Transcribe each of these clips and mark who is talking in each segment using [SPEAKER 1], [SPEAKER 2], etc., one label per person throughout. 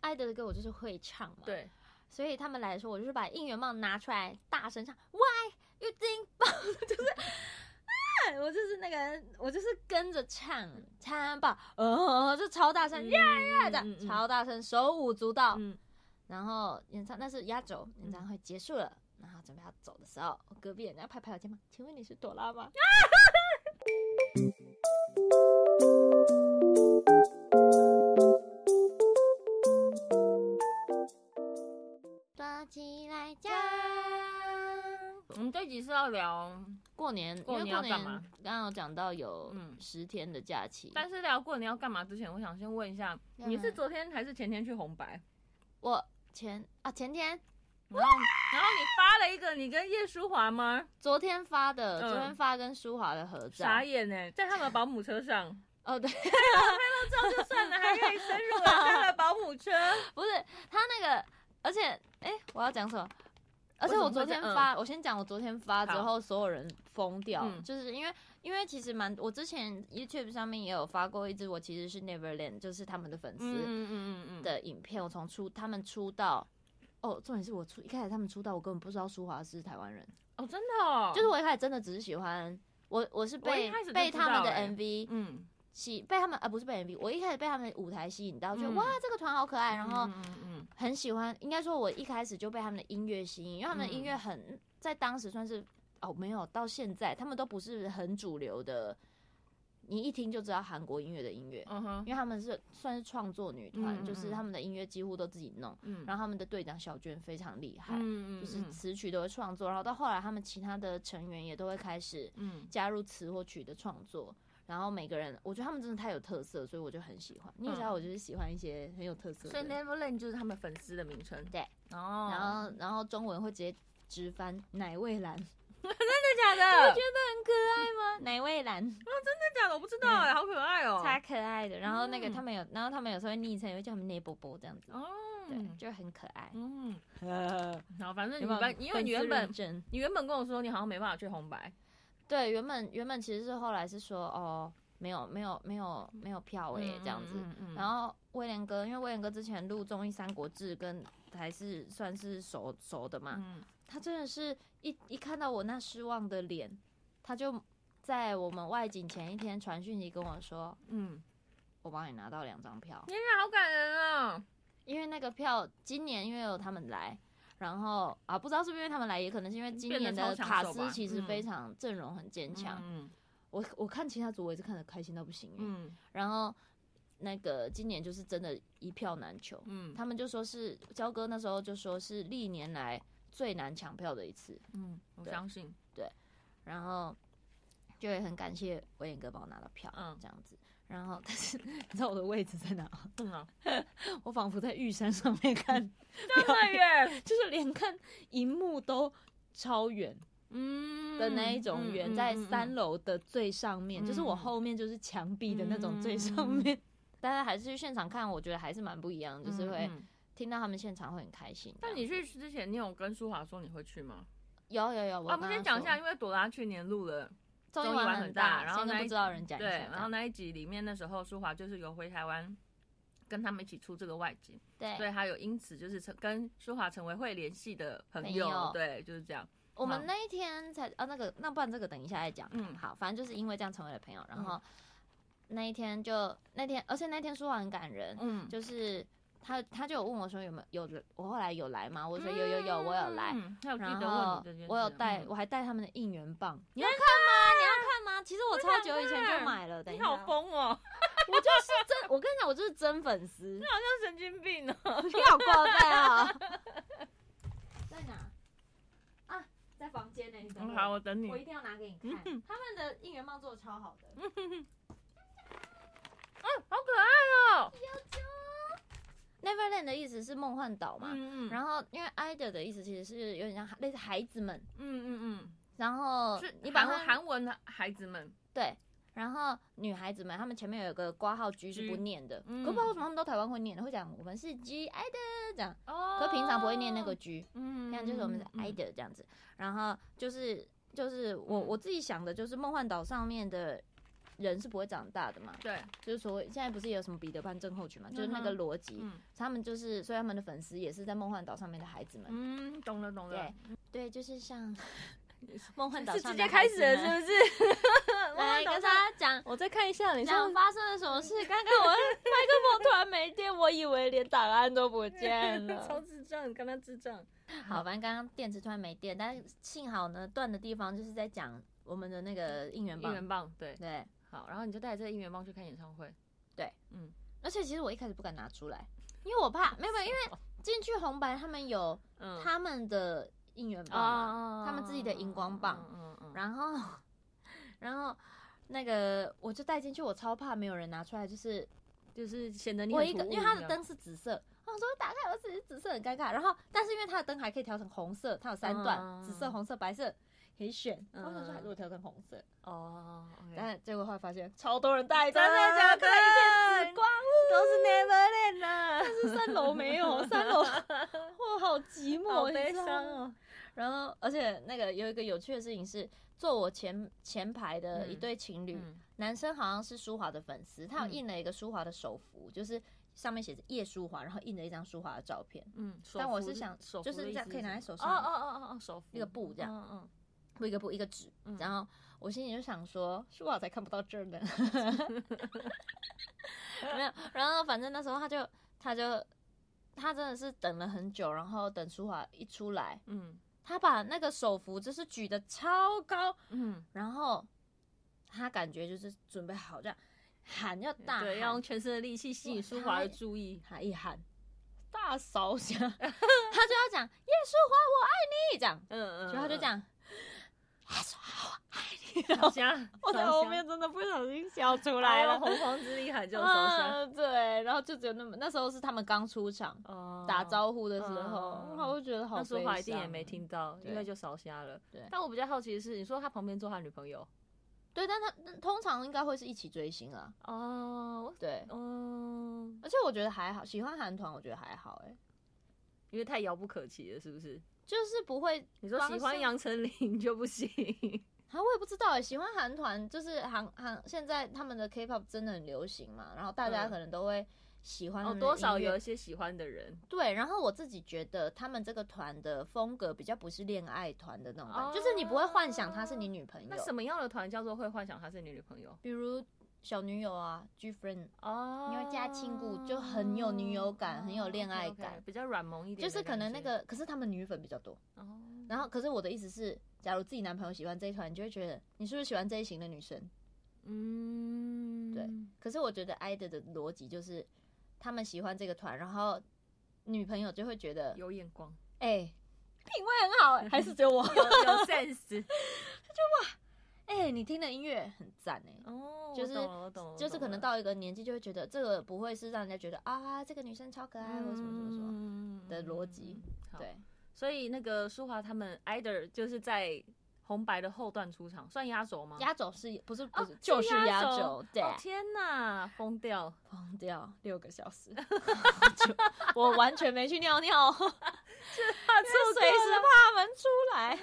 [SPEAKER 1] 艾德的歌我就是会唱嘛，，
[SPEAKER 2] 对，
[SPEAKER 1] 所以他们来的时候，我就是把应援棒拿出来大声唱，Why you think about？就是。 啊，我就是那个，我就是跟着唱，唱吧，呃，就超大声，耶耶的，
[SPEAKER 2] 嗯嗯嗯
[SPEAKER 1] 超大声，手舞足蹈。
[SPEAKER 2] 嗯，
[SPEAKER 1] 然后演唱那是压轴，演唱会结束了，然后准备要走的时候，我隔壁人家拍拍我肩膀，请问你是朵拉 吗？抓起来讲，
[SPEAKER 2] 我们这集是要聊，
[SPEAKER 1] 过年
[SPEAKER 2] 过年
[SPEAKER 1] 因为过
[SPEAKER 2] 要
[SPEAKER 1] 年
[SPEAKER 2] 干嘛
[SPEAKER 1] 刚刚有讲到有
[SPEAKER 2] 嗯
[SPEAKER 1] 十天的假期，
[SPEAKER 2] 但是聊过年要干嘛之前，我想先问一下，
[SPEAKER 1] 干嘛
[SPEAKER 2] 你是昨天还是前天去红白？
[SPEAKER 1] 我前啊前天
[SPEAKER 2] 然后， 然后你发了一个你跟叶舒华吗？
[SPEAKER 1] 昨天发的，
[SPEAKER 2] 嗯
[SPEAKER 1] 昨天发跟舒华的合照，
[SPEAKER 2] 傻眼呢、在他们保姆车上，
[SPEAKER 1] 哦对。
[SPEAKER 2] 这就算了，还可以深入人家的保姆车。
[SPEAKER 1] 不是他那个，而且哎、我要讲什么？而且
[SPEAKER 2] 为什么
[SPEAKER 1] 我
[SPEAKER 2] 会
[SPEAKER 1] 昨
[SPEAKER 2] 这
[SPEAKER 1] 天
[SPEAKER 2] 样
[SPEAKER 1] 发，我先讲我昨天发之
[SPEAKER 2] 好
[SPEAKER 1] 后，所有人疯掉，
[SPEAKER 2] 嗯
[SPEAKER 1] 就是因为因为其实蛮，我之前 YouTube 上面也有发过一支，我其实是 Neverland，就是他们的粉丝
[SPEAKER 2] 嗯嗯，
[SPEAKER 1] 的影片，我从出他们出道。哦，重点是我出一开始他们出道，我根本不知道舒华是台湾人，
[SPEAKER 2] 哦，真的、哦，
[SPEAKER 1] 就是我一开始真的只是喜欢我，我是
[SPEAKER 2] 我一
[SPEAKER 1] 被
[SPEAKER 2] 开始就
[SPEAKER 1] 被
[SPEAKER 2] 知
[SPEAKER 1] 他们
[SPEAKER 2] 道
[SPEAKER 1] 的
[SPEAKER 2] 欸
[SPEAKER 1] MV
[SPEAKER 2] 嗯，
[SPEAKER 1] 吸，被他们啊不是被 MV，我一开始被他们的舞台吸引到，觉得
[SPEAKER 2] 嗯
[SPEAKER 1] 哇这个团好可爱，然后
[SPEAKER 2] 嗯嗯嗯
[SPEAKER 1] 很喜欢，应该说我一开始就被他们的音乐吸引，因为他们的音乐
[SPEAKER 2] 嗯
[SPEAKER 1] 很、在当时算是哦没有到现在，他们都不是很主流的，你一听就知道韩国音乐的音乐，
[SPEAKER 2] 嗯哼，
[SPEAKER 1] 因为他们是算是创作女团，
[SPEAKER 2] 嗯嗯
[SPEAKER 1] 就是
[SPEAKER 2] 嗯
[SPEAKER 1] 他们的音乐几乎都自己弄，
[SPEAKER 2] 嗯
[SPEAKER 1] 然后他们的队长小娟非常厉害，
[SPEAKER 2] 嗯
[SPEAKER 1] 就是词曲都会创作，然后到后来他们其他的成员也都会开始
[SPEAKER 2] 嗯
[SPEAKER 1] 加入词或曲的创作。然后每个人，我觉得他们真的太有特色，所以我就很喜欢。你也知道，
[SPEAKER 2] 嗯
[SPEAKER 1] 我就是喜欢一些很有特色的。
[SPEAKER 2] 所以 Neverland 就是他们粉丝的名称。
[SPEAKER 1] 对，
[SPEAKER 2] 哦，
[SPEAKER 1] 然后然后中文会直接直翻奶味 蓝，很
[SPEAKER 2] 真的假的？真
[SPEAKER 1] 可爱吗？哦奶味蓝
[SPEAKER 2] 的假的？我不知道哎、好可爱哦、
[SPEAKER 1] 超可爱的。然后那个
[SPEAKER 2] 嗯
[SPEAKER 1] 他们有，然后他们有时候会昵称，也会叫他们内波波这样子，
[SPEAKER 2] 哦，
[SPEAKER 1] 对，就很可爱。
[SPEAKER 2] 嗯，然后反正你
[SPEAKER 1] 有没有
[SPEAKER 2] 本因为你
[SPEAKER 1] 粉丝
[SPEAKER 2] 原本
[SPEAKER 1] 认证
[SPEAKER 2] 你原本跟我说你好像没办法去红白，
[SPEAKER 1] 对原本原本其实是后来是说哦，没有没有没有没有票诶、这样子。
[SPEAKER 2] 嗯
[SPEAKER 1] 然后威廉哥，因为威廉哥之前录综艺《三国志》跟还是算是熟熟的嘛，
[SPEAKER 2] 嗯
[SPEAKER 1] 他真的是一一看到我那失望的脸，他就在我们外景前一天传讯息跟我说
[SPEAKER 2] 嗯，：“
[SPEAKER 1] 我帮你拿到两张票，
[SPEAKER 2] 天啊哪，好感人哦！
[SPEAKER 1] 因为那个票今年因为有他们来，然后啊不知道是不是因为他们来，也可能是因为今年的卡斯其实非常阵容很坚强。
[SPEAKER 2] 嗯
[SPEAKER 1] 我我看其他组我也是看得开心到不行、欸
[SPEAKER 2] 嗯
[SPEAKER 1] 然后那个今年就是真的一票难求，
[SPEAKER 2] 嗯
[SPEAKER 1] 他们就说是焦哥那时候就说是历年来最难抢票的一次。”
[SPEAKER 2] 嗯，我
[SPEAKER 1] 对
[SPEAKER 2] 相信，
[SPEAKER 1] 然后就也很感谢威廉哥帮我拿到票，
[SPEAKER 2] 嗯
[SPEAKER 1] 这样子。然后，但是 你知道我的位置在哪吗？
[SPEAKER 2] 嗯啊，
[SPEAKER 1] 我仿佛在玉山上面看，
[SPEAKER 2] 这么远，
[SPEAKER 1] 就是连看荧幕都超远
[SPEAKER 2] 嗯
[SPEAKER 1] 的那一种远，在三楼的最上面，就是我
[SPEAKER 2] 嗯
[SPEAKER 1] 后面就是墙壁的那种最上 面。嗯大家嗯还是去现场看，我觉得还是蛮不一样的，就是会听到他们现场会很开心这
[SPEAKER 2] 那
[SPEAKER 1] 样子。
[SPEAKER 2] 嗯你去之前，你有跟舒华说你会去吗？
[SPEAKER 1] 有有有，我
[SPEAKER 2] 啊，我们
[SPEAKER 1] 跟他
[SPEAKER 2] 先讲一
[SPEAKER 1] 说
[SPEAKER 2] 下，因为朵拉去年录了，
[SPEAKER 1] 综艺
[SPEAKER 2] 综艺
[SPEAKER 1] 玩
[SPEAKER 2] 玩
[SPEAKER 1] 很
[SPEAKER 2] 很
[SPEAKER 1] 大，
[SPEAKER 2] 大然后
[SPEAKER 1] 先跟
[SPEAKER 2] 那
[SPEAKER 1] 不
[SPEAKER 2] 一
[SPEAKER 1] 知道的人讲一
[SPEAKER 2] 对
[SPEAKER 1] 下，这
[SPEAKER 2] 然后
[SPEAKER 1] 样
[SPEAKER 2] 那一集里面那时候舒华就是有回台湾，跟他们一起出这个外景，
[SPEAKER 1] 对
[SPEAKER 2] 所以他有因此就是成跟舒华成为会联系的朋
[SPEAKER 1] 朋友
[SPEAKER 2] 友，对，就是这样，
[SPEAKER 1] 我们
[SPEAKER 2] 好
[SPEAKER 1] 那一天才啊，那个那不然这个等一下再讲。嗯，
[SPEAKER 2] 嗯
[SPEAKER 1] 好，反正就是因为这样成为了朋友，然后那一天就那天，而且那天说话很感人，
[SPEAKER 2] 嗯，
[SPEAKER 1] 就是他他就有问我说有没有有我后来有来吗？我说有有有，我有来。
[SPEAKER 2] 嗯，他有记
[SPEAKER 1] 然
[SPEAKER 2] 得问你
[SPEAKER 1] 后
[SPEAKER 2] 这件事，
[SPEAKER 1] 我有带，
[SPEAKER 2] 嗯
[SPEAKER 1] 我还带他们的应援棒，你要
[SPEAKER 2] 天
[SPEAKER 1] 看吗？你要看吗？其实我超久以前
[SPEAKER 2] 看
[SPEAKER 1] 就买了，等一
[SPEAKER 2] 你
[SPEAKER 1] 下，
[SPEAKER 2] 好
[SPEAKER 1] 我
[SPEAKER 2] 疯哦，
[SPEAKER 1] 就是真，我跟你讲，我就是真粉丝，
[SPEAKER 2] 好像神经病哦，
[SPEAKER 1] 你好过分 啊！在哪？啊，在房间呢，你等我。
[SPEAKER 2] 嗯好，我等你
[SPEAKER 1] 嗯我，一定要拿给你看。他们的应援棒做的超好的，
[SPEAKER 2] 嗯，好可爱哦，
[SPEAKER 1] Neverland 的意思是梦幻岛嘛，
[SPEAKER 2] 嗯嗯，后
[SPEAKER 1] 然后因为 Ida 的意思其实是有点像类似孩子们，
[SPEAKER 2] 嗯嗯
[SPEAKER 1] 然后
[SPEAKER 2] 嗯，是
[SPEAKER 1] 你
[SPEAKER 2] 你
[SPEAKER 1] 把
[SPEAKER 2] 把
[SPEAKER 1] 它
[SPEAKER 2] 韩文的孩子们，
[SPEAKER 1] 对。然后女孩子们，她们前面有个挂号 G 是
[SPEAKER 2] G，
[SPEAKER 1] 不念的，
[SPEAKER 2] 嗯
[SPEAKER 1] 可不知道为什么他们都台湾会念，会讲我们是 G i d 这样，
[SPEAKER 2] 哦
[SPEAKER 1] 可平常不会念那个，G，
[SPEAKER 2] 嗯，
[SPEAKER 1] 那、就是我们是
[SPEAKER 2] 嗯
[SPEAKER 1] i d 这样子。然后就是就是我
[SPEAKER 2] 嗯
[SPEAKER 1] 我自己想的，就是梦幻岛上面的人是不会长大的嘛，
[SPEAKER 2] 对，
[SPEAKER 1] 就是所谓现在不是也有什么彼得潘症候群嘛，就是那个
[SPEAKER 2] 嗯哼
[SPEAKER 1] 逻辑，
[SPEAKER 2] 嗯
[SPEAKER 1] 他们就是所以他们的粉丝也是在梦幻岛上面的孩子们，
[SPEAKER 2] 嗯，懂了懂了
[SPEAKER 1] 对，对，就是像 梦幻岛
[SPEAKER 2] 是
[SPEAKER 1] 上
[SPEAKER 2] 直
[SPEAKER 1] 的
[SPEAKER 2] 接
[SPEAKER 1] 孩
[SPEAKER 2] 开始
[SPEAKER 1] 子
[SPEAKER 2] 了
[SPEAKER 1] 们
[SPEAKER 2] 是不是？
[SPEAKER 1] 来跟大家讲，
[SPEAKER 2] 我再看一下，你
[SPEAKER 1] 然后
[SPEAKER 2] 上
[SPEAKER 1] 发生了什么事？
[SPEAKER 2] 嗯
[SPEAKER 1] 刚刚我麦克风突然没电，我以为连档案都不见
[SPEAKER 2] 超
[SPEAKER 1] 了。
[SPEAKER 2] 智障，刚刚智障，
[SPEAKER 1] 好，反正刚刚电池突然没电，但是幸好呢，断的地方就是在讲我们的那个应援
[SPEAKER 2] 应
[SPEAKER 1] 棒。
[SPEAKER 2] 援棒，对，
[SPEAKER 1] 对，
[SPEAKER 2] 好，然后你就带着这个应援棒去看演唱会，
[SPEAKER 1] 对，
[SPEAKER 2] 嗯，
[SPEAKER 1] 而且其实我一开始不敢拿出来，因为我怕没有没有，因为进去红白他们有
[SPEAKER 2] 嗯，
[SPEAKER 1] 他们的应援棒嘛，
[SPEAKER 2] 啊
[SPEAKER 1] 他们自己的荧光棒
[SPEAKER 2] 嗯嗯嗯，
[SPEAKER 1] 然后 然后那个我就带进去，我超怕没有人拿出来，就是
[SPEAKER 2] 就是显得你
[SPEAKER 1] 我
[SPEAKER 2] 很
[SPEAKER 1] 一个，
[SPEAKER 2] 突兀
[SPEAKER 1] 因为它的
[SPEAKER 2] 样
[SPEAKER 1] 灯是紫色，我想说打开我自己紫色很尴尬。然后，但是因为它的灯还可以调成红色，它有三段，
[SPEAKER 2] 嗯
[SPEAKER 1] 紫色、红色、白色可以选。
[SPEAKER 2] 嗯
[SPEAKER 1] 我想说还是我调成红色，
[SPEAKER 2] 哦，OK，
[SPEAKER 1] 但结果后来发现超多人戴着，
[SPEAKER 2] 真的假
[SPEAKER 1] 看
[SPEAKER 2] 的
[SPEAKER 1] 到一片紫光，
[SPEAKER 2] 都是啊 Neverland 啦，
[SPEAKER 1] 但是三楼没有，三 楼我好寂寞，
[SPEAKER 2] 好
[SPEAKER 1] 你
[SPEAKER 2] 悲
[SPEAKER 1] 知道
[SPEAKER 2] 伤
[SPEAKER 1] 吗。
[SPEAKER 2] 哦，
[SPEAKER 1] 然后，而且那个有一个有趣的事情是，坐我前前排的
[SPEAKER 2] 嗯
[SPEAKER 1] 一对情侣，
[SPEAKER 2] 嗯
[SPEAKER 1] 男生好像是舒华的粉丝，他有
[SPEAKER 2] 嗯
[SPEAKER 1] 印了一个舒华的手幅，就是上面写着叶舒华，然后印了一张舒华的照片。
[SPEAKER 2] 嗯，
[SPEAKER 1] 但我
[SPEAKER 2] 手
[SPEAKER 1] 是
[SPEAKER 2] 幅
[SPEAKER 1] 想
[SPEAKER 2] 手
[SPEAKER 1] 就
[SPEAKER 2] 幅
[SPEAKER 1] 是
[SPEAKER 2] 的意
[SPEAKER 1] 这样
[SPEAKER 2] 思
[SPEAKER 1] 可以拿在
[SPEAKER 2] 什
[SPEAKER 1] 手
[SPEAKER 2] 么
[SPEAKER 1] 上
[SPEAKER 2] 哦哦哦哦哦，手
[SPEAKER 1] 一个布这样
[SPEAKER 2] 样，嗯
[SPEAKER 1] 不一个布一个纸，
[SPEAKER 2] 嗯
[SPEAKER 1] 然后我心里就想说，是我才看不到这儿 呢，没有，然后反正那时候他就他就他真的是等了很久，然后等舒华一出来，
[SPEAKER 2] 嗯
[SPEAKER 1] 他把那个手幅就是举得超高，
[SPEAKER 2] 嗯
[SPEAKER 1] 然后他感觉就是准备好这样喊要
[SPEAKER 2] 嗯，
[SPEAKER 1] 大
[SPEAKER 2] 对，要
[SPEAKER 1] 喊
[SPEAKER 2] 用，全身的力气吸
[SPEAKER 1] 哇
[SPEAKER 2] 引舒
[SPEAKER 1] 他
[SPEAKER 2] 华的
[SPEAKER 1] 会
[SPEAKER 2] 注意，
[SPEAKER 1] 他一喊大扫 响，他就要讲叶舒华我爱你这样，
[SPEAKER 2] 嗯嗯，
[SPEAKER 1] 然后他就
[SPEAKER 2] 嗯
[SPEAKER 1] 这，样。叶舒华我爱 你，然后
[SPEAKER 2] 烧香，
[SPEAKER 1] 我在
[SPEAKER 2] 烧
[SPEAKER 1] 后
[SPEAKER 2] 香
[SPEAKER 1] 面真的不小心笑出
[SPEAKER 2] 哎
[SPEAKER 1] 来
[SPEAKER 2] 呦
[SPEAKER 1] 了。
[SPEAKER 2] 洪荒之力喊就烧香，
[SPEAKER 1] 嗯，对，然后就只有那么那时候是他们刚出场
[SPEAKER 2] 哦
[SPEAKER 1] 打招呼的时候，
[SPEAKER 2] 嗯
[SPEAKER 1] 然后我就觉得好
[SPEAKER 2] 那
[SPEAKER 1] 悲
[SPEAKER 2] 说
[SPEAKER 1] 伤。
[SPEAKER 2] 话一定也没听到，
[SPEAKER 1] 对
[SPEAKER 2] 因为就烧瞎了。
[SPEAKER 1] 对
[SPEAKER 2] 但我比较好奇的是，你说他旁边坐他女朋友
[SPEAKER 1] 对，但他但通常应该会是一起追星啊。
[SPEAKER 2] 哦，
[SPEAKER 1] 对，
[SPEAKER 2] 哦，
[SPEAKER 1] 而且我觉得还好，喜欢韩团我觉得还好、欸，哎，
[SPEAKER 2] 因为太遥不可及了，是不是？
[SPEAKER 1] 就是不会
[SPEAKER 2] 你说
[SPEAKER 1] 装
[SPEAKER 2] 喜欢
[SPEAKER 1] 饰
[SPEAKER 2] 杨丞琳 就 不行，
[SPEAKER 1] 啊，我也不知道、欸，喜欢韩团就是韩韩现在他们的 K-pop 真的很流行嘛，然后大家
[SPEAKER 2] 嗯
[SPEAKER 1] 可能都会喜欢他
[SPEAKER 2] 哦，
[SPEAKER 1] 们的
[SPEAKER 2] 多少
[SPEAKER 1] 嗯音乐
[SPEAKER 2] 有一些喜欢的人，
[SPEAKER 1] 对，然后我自己觉得他们这个团的风格比较不是恋爱团的那种感觉，就是你不会幻想她是你女朋
[SPEAKER 2] 哦那什
[SPEAKER 1] 友，
[SPEAKER 2] 么样的团叫做会幻想她是你女朋友？
[SPEAKER 1] 比如小女友啊，G friend，
[SPEAKER 2] 哦
[SPEAKER 1] 因为加亲故就很有女友感很有恋爱感
[SPEAKER 2] OK，OK，比较软萌一点
[SPEAKER 1] 就
[SPEAKER 2] 的感觉，
[SPEAKER 1] 是可能那个，可是他们女粉比较多。
[SPEAKER 2] 哦，
[SPEAKER 1] 然后，可是我的意思是，假如自己男朋友喜欢这一团，你就会觉得你是不是喜欢这一型的女生？
[SPEAKER 2] 嗯，
[SPEAKER 1] 对可是我觉得 IDOL 的逻辑就是，他们喜欢这个团，然后女朋友就会觉得，
[SPEAKER 2] 有眼 光，
[SPEAKER 1] 哎、品味很好、欸，还是只有我？
[SPEAKER 2] 有有 sense
[SPEAKER 1] 哎、你听的音乐很赞哎、
[SPEAKER 2] 哦，
[SPEAKER 1] 就是
[SPEAKER 2] 我懂了我懂了我
[SPEAKER 1] 就是
[SPEAKER 2] 懂
[SPEAKER 1] 可能
[SPEAKER 2] 了
[SPEAKER 1] 到一个年纪就会觉得这个不会是让人家觉得啊，这个女生超可爱或什么什么什么。
[SPEAKER 2] 么
[SPEAKER 1] 的逻辑。
[SPEAKER 2] 好，
[SPEAKER 1] 对，
[SPEAKER 2] 所以那个舒华他们 either 就是在红白的后段出场，算压轴吗？
[SPEAKER 1] 压轴是不是不
[SPEAKER 2] 哦
[SPEAKER 1] 是就是
[SPEAKER 2] 是压
[SPEAKER 1] 压
[SPEAKER 2] 轴
[SPEAKER 1] 轴，对，
[SPEAKER 2] 哦天哪，疯掉！
[SPEAKER 1] 疯掉六个小 时，就我完全没去尿 尿，就随时怕门出来。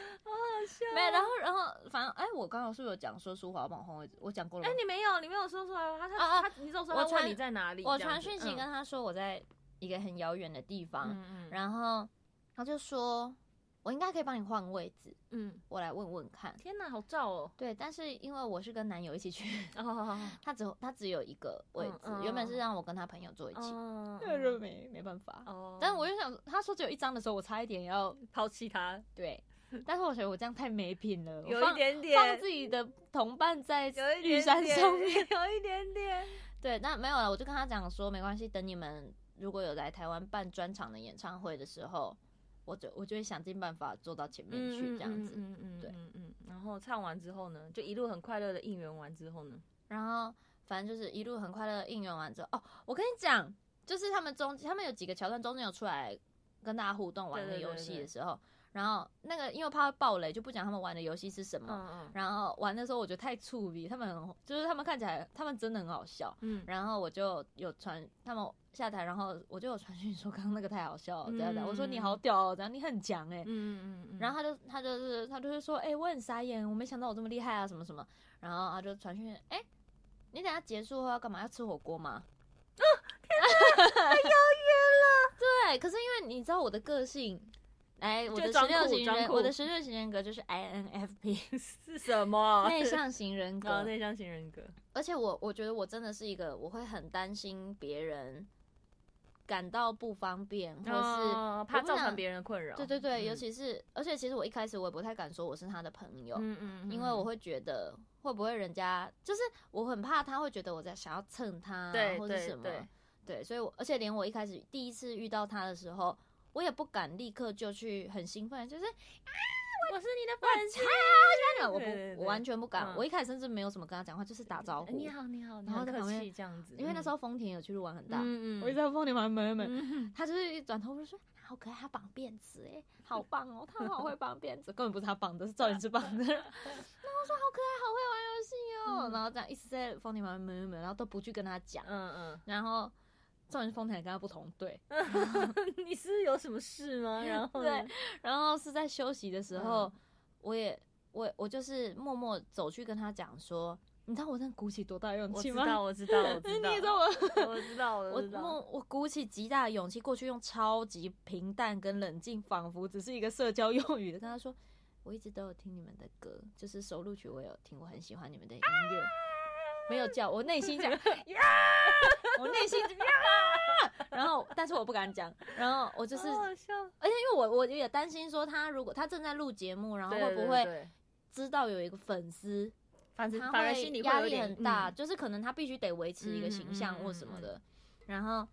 [SPEAKER 1] 没有，然后然后反正哎，我刚刚是不是有讲说舒华网红位置？我讲过了
[SPEAKER 2] 哎
[SPEAKER 1] 吗，？
[SPEAKER 2] 你没有，你没有说出来吗？他
[SPEAKER 1] 啊
[SPEAKER 2] 他
[SPEAKER 1] 啊
[SPEAKER 2] 他，你只有说
[SPEAKER 1] 我
[SPEAKER 2] 他问
[SPEAKER 1] 传
[SPEAKER 2] 你在哪里？
[SPEAKER 1] 我
[SPEAKER 2] 这样
[SPEAKER 1] 传
[SPEAKER 2] 子
[SPEAKER 1] 讯息跟，他说我在一个很遥远的地方，
[SPEAKER 2] 嗯嗯嗯
[SPEAKER 1] 然后他就说我应该可以帮你换位置，
[SPEAKER 2] 嗯，
[SPEAKER 1] 我来问问看。
[SPEAKER 2] 天哪，好燥哦！
[SPEAKER 1] 对，但是因为我是跟男友一起去，
[SPEAKER 2] 哦，
[SPEAKER 1] 他只他只有一个位置，
[SPEAKER 2] 嗯嗯
[SPEAKER 1] 原本是让我跟他朋友坐一起，
[SPEAKER 2] 哦
[SPEAKER 1] 那就没没办法。
[SPEAKER 2] 哦
[SPEAKER 1] 但我就想，他说只有一张的时候，我差一点要
[SPEAKER 2] 抛弃他，
[SPEAKER 1] 对， 但是我觉得我这样太没品了，我
[SPEAKER 2] 有一
[SPEAKER 1] 放
[SPEAKER 2] 点
[SPEAKER 1] 放
[SPEAKER 2] 点，
[SPEAKER 1] 自己的同伴在
[SPEAKER 2] 有一
[SPEAKER 1] 玉
[SPEAKER 2] 点
[SPEAKER 1] 山
[SPEAKER 2] 点
[SPEAKER 1] 上面。，
[SPEAKER 2] 有一点点，
[SPEAKER 1] 对，那没有了，我就跟他讲说，没关系，等你们如果有来台湾办专场的演唱会的时候，我就我就会想尽办法坐到前面去这样子。
[SPEAKER 2] 嗯嗯
[SPEAKER 1] 对
[SPEAKER 2] 嗯嗯。然后唱完之后呢，就一路很快乐的应援完之后呢，
[SPEAKER 1] 然后反正就是一路很快乐应援完之后，哦，我跟你讲，就是他们中他们有几个桥段中间有出来跟大家互动玩
[SPEAKER 2] 对
[SPEAKER 1] 的
[SPEAKER 2] 对对
[SPEAKER 1] 游戏
[SPEAKER 2] 对
[SPEAKER 1] 的时候，然后那个因为怕会爆雷，就不讲他们玩的游戏是什么。
[SPEAKER 2] 嗯嗯
[SPEAKER 1] 然后玩的时候我觉得太触鼻，他们很就是他们看起来他们真的很好笑。
[SPEAKER 2] 嗯，
[SPEAKER 1] 然后我就有传他们下台，然后我就有传讯说刚刚那个太好笑了，这样的。
[SPEAKER 2] 嗯
[SPEAKER 1] 我说你好屌哦，这样你很强哎、
[SPEAKER 2] 嗯嗯嗯，
[SPEAKER 1] 然后他就他就是他就是说，哎、我很傻眼，我没想到我这么厉害啊，什么什么。然后他就传讯，哎、你等一下结束后要干嘛？要吃火锅吗？ 啊，天哪，太遥远了。对，可是因为你知道我的个性，来，我的
[SPEAKER 2] 装
[SPEAKER 1] 十
[SPEAKER 2] 酷
[SPEAKER 1] 六型
[SPEAKER 2] 装
[SPEAKER 1] 人，
[SPEAKER 2] 酷
[SPEAKER 1] 我的十六型人格就是 INFP
[SPEAKER 2] 是什么？
[SPEAKER 1] 内向型人格，
[SPEAKER 2] 哦，内向型人格。
[SPEAKER 1] 而且我我觉得我真的是一个，我会很担心别人感到不方便，或是、
[SPEAKER 2] 哦怕
[SPEAKER 1] 我不
[SPEAKER 2] 造成
[SPEAKER 1] 想
[SPEAKER 2] 别人困扰。
[SPEAKER 1] 对对对，
[SPEAKER 2] 嗯
[SPEAKER 1] 尤其是而且其实我一开始我也不太敢说我是他的朋友，
[SPEAKER 2] 嗯嗯，嗯
[SPEAKER 1] 因为我会觉得会不会人家就是我很怕他会觉得我在想要蹭他、啊、
[SPEAKER 2] 对
[SPEAKER 1] 或者
[SPEAKER 2] 对
[SPEAKER 1] 什么，
[SPEAKER 2] 对
[SPEAKER 1] 对，所以我而且连我一开始第一次遇到他的时候，我也不敢立刻就去很兴奋，就是
[SPEAKER 2] 我是你的粉丝，
[SPEAKER 1] 啊我不
[SPEAKER 2] 对对对
[SPEAKER 1] 我完全不敢，
[SPEAKER 2] 嗯呃
[SPEAKER 1] 我一开始甚至没有怎么跟他讲话，就是打招呼，
[SPEAKER 2] 你好你好，你
[SPEAKER 1] 然后
[SPEAKER 2] 很
[SPEAKER 1] 在
[SPEAKER 2] 客
[SPEAKER 1] 旁边
[SPEAKER 2] 气这样子，
[SPEAKER 1] 因为那时
[SPEAKER 2] 候
[SPEAKER 1] 候丰田有去入玩很大，
[SPEAKER 2] 嗯
[SPEAKER 1] 我一直在风里玩门门，
[SPEAKER 2] 嗯
[SPEAKER 1] 他就是一转头就说好可爱，他绑辫子哎，好棒哦，他好会绑辫子，根本不是他绑的，是赵云之绑的。然后我说好可爱，好会玩游戏哦，
[SPEAKER 2] 嗯
[SPEAKER 1] 然后这样一直在风里玩门门门，然后都不去跟他讲，
[SPEAKER 2] 嗯
[SPEAKER 1] 然后。赵云丰田跟他不同队，
[SPEAKER 2] 嗯，你是有什么事吗？然后
[SPEAKER 1] 对，然后是在休息的时候，
[SPEAKER 2] 嗯
[SPEAKER 1] 我也我我就是默默走去跟他讲说，你知道我真的鼓起多大勇
[SPEAKER 2] 我
[SPEAKER 1] 气
[SPEAKER 2] 知
[SPEAKER 1] 吗？
[SPEAKER 2] 道我知道我
[SPEAKER 1] 你
[SPEAKER 2] 知道，
[SPEAKER 1] 也知道我
[SPEAKER 2] 我知道我
[SPEAKER 1] 我
[SPEAKER 2] 知道，
[SPEAKER 1] 我我鼓起极大的勇气过去，用超级平淡跟冷静，仿佛只是一个社交用语的跟他说，我一直都有听你们的歌，就是收录曲我有听，我很喜欢你们的音乐。没有叫，我内心 讲呀，我内心就呀，然后但是我不敢讲，然后我就是，
[SPEAKER 2] 好
[SPEAKER 1] 而
[SPEAKER 2] 好笑，
[SPEAKER 1] 且因为我我也担心说他如果他正在录节目，然后会不会
[SPEAKER 2] 会
[SPEAKER 1] 知道有一个粉丝
[SPEAKER 2] 反正
[SPEAKER 1] 他
[SPEAKER 2] 反而
[SPEAKER 1] 会
[SPEAKER 2] 心里会
[SPEAKER 1] 压
[SPEAKER 2] 有
[SPEAKER 1] 力
[SPEAKER 2] 点
[SPEAKER 1] 很大，
[SPEAKER 2] 嗯
[SPEAKER 1] 就是可能他必须得维持一个形象或什么的。然后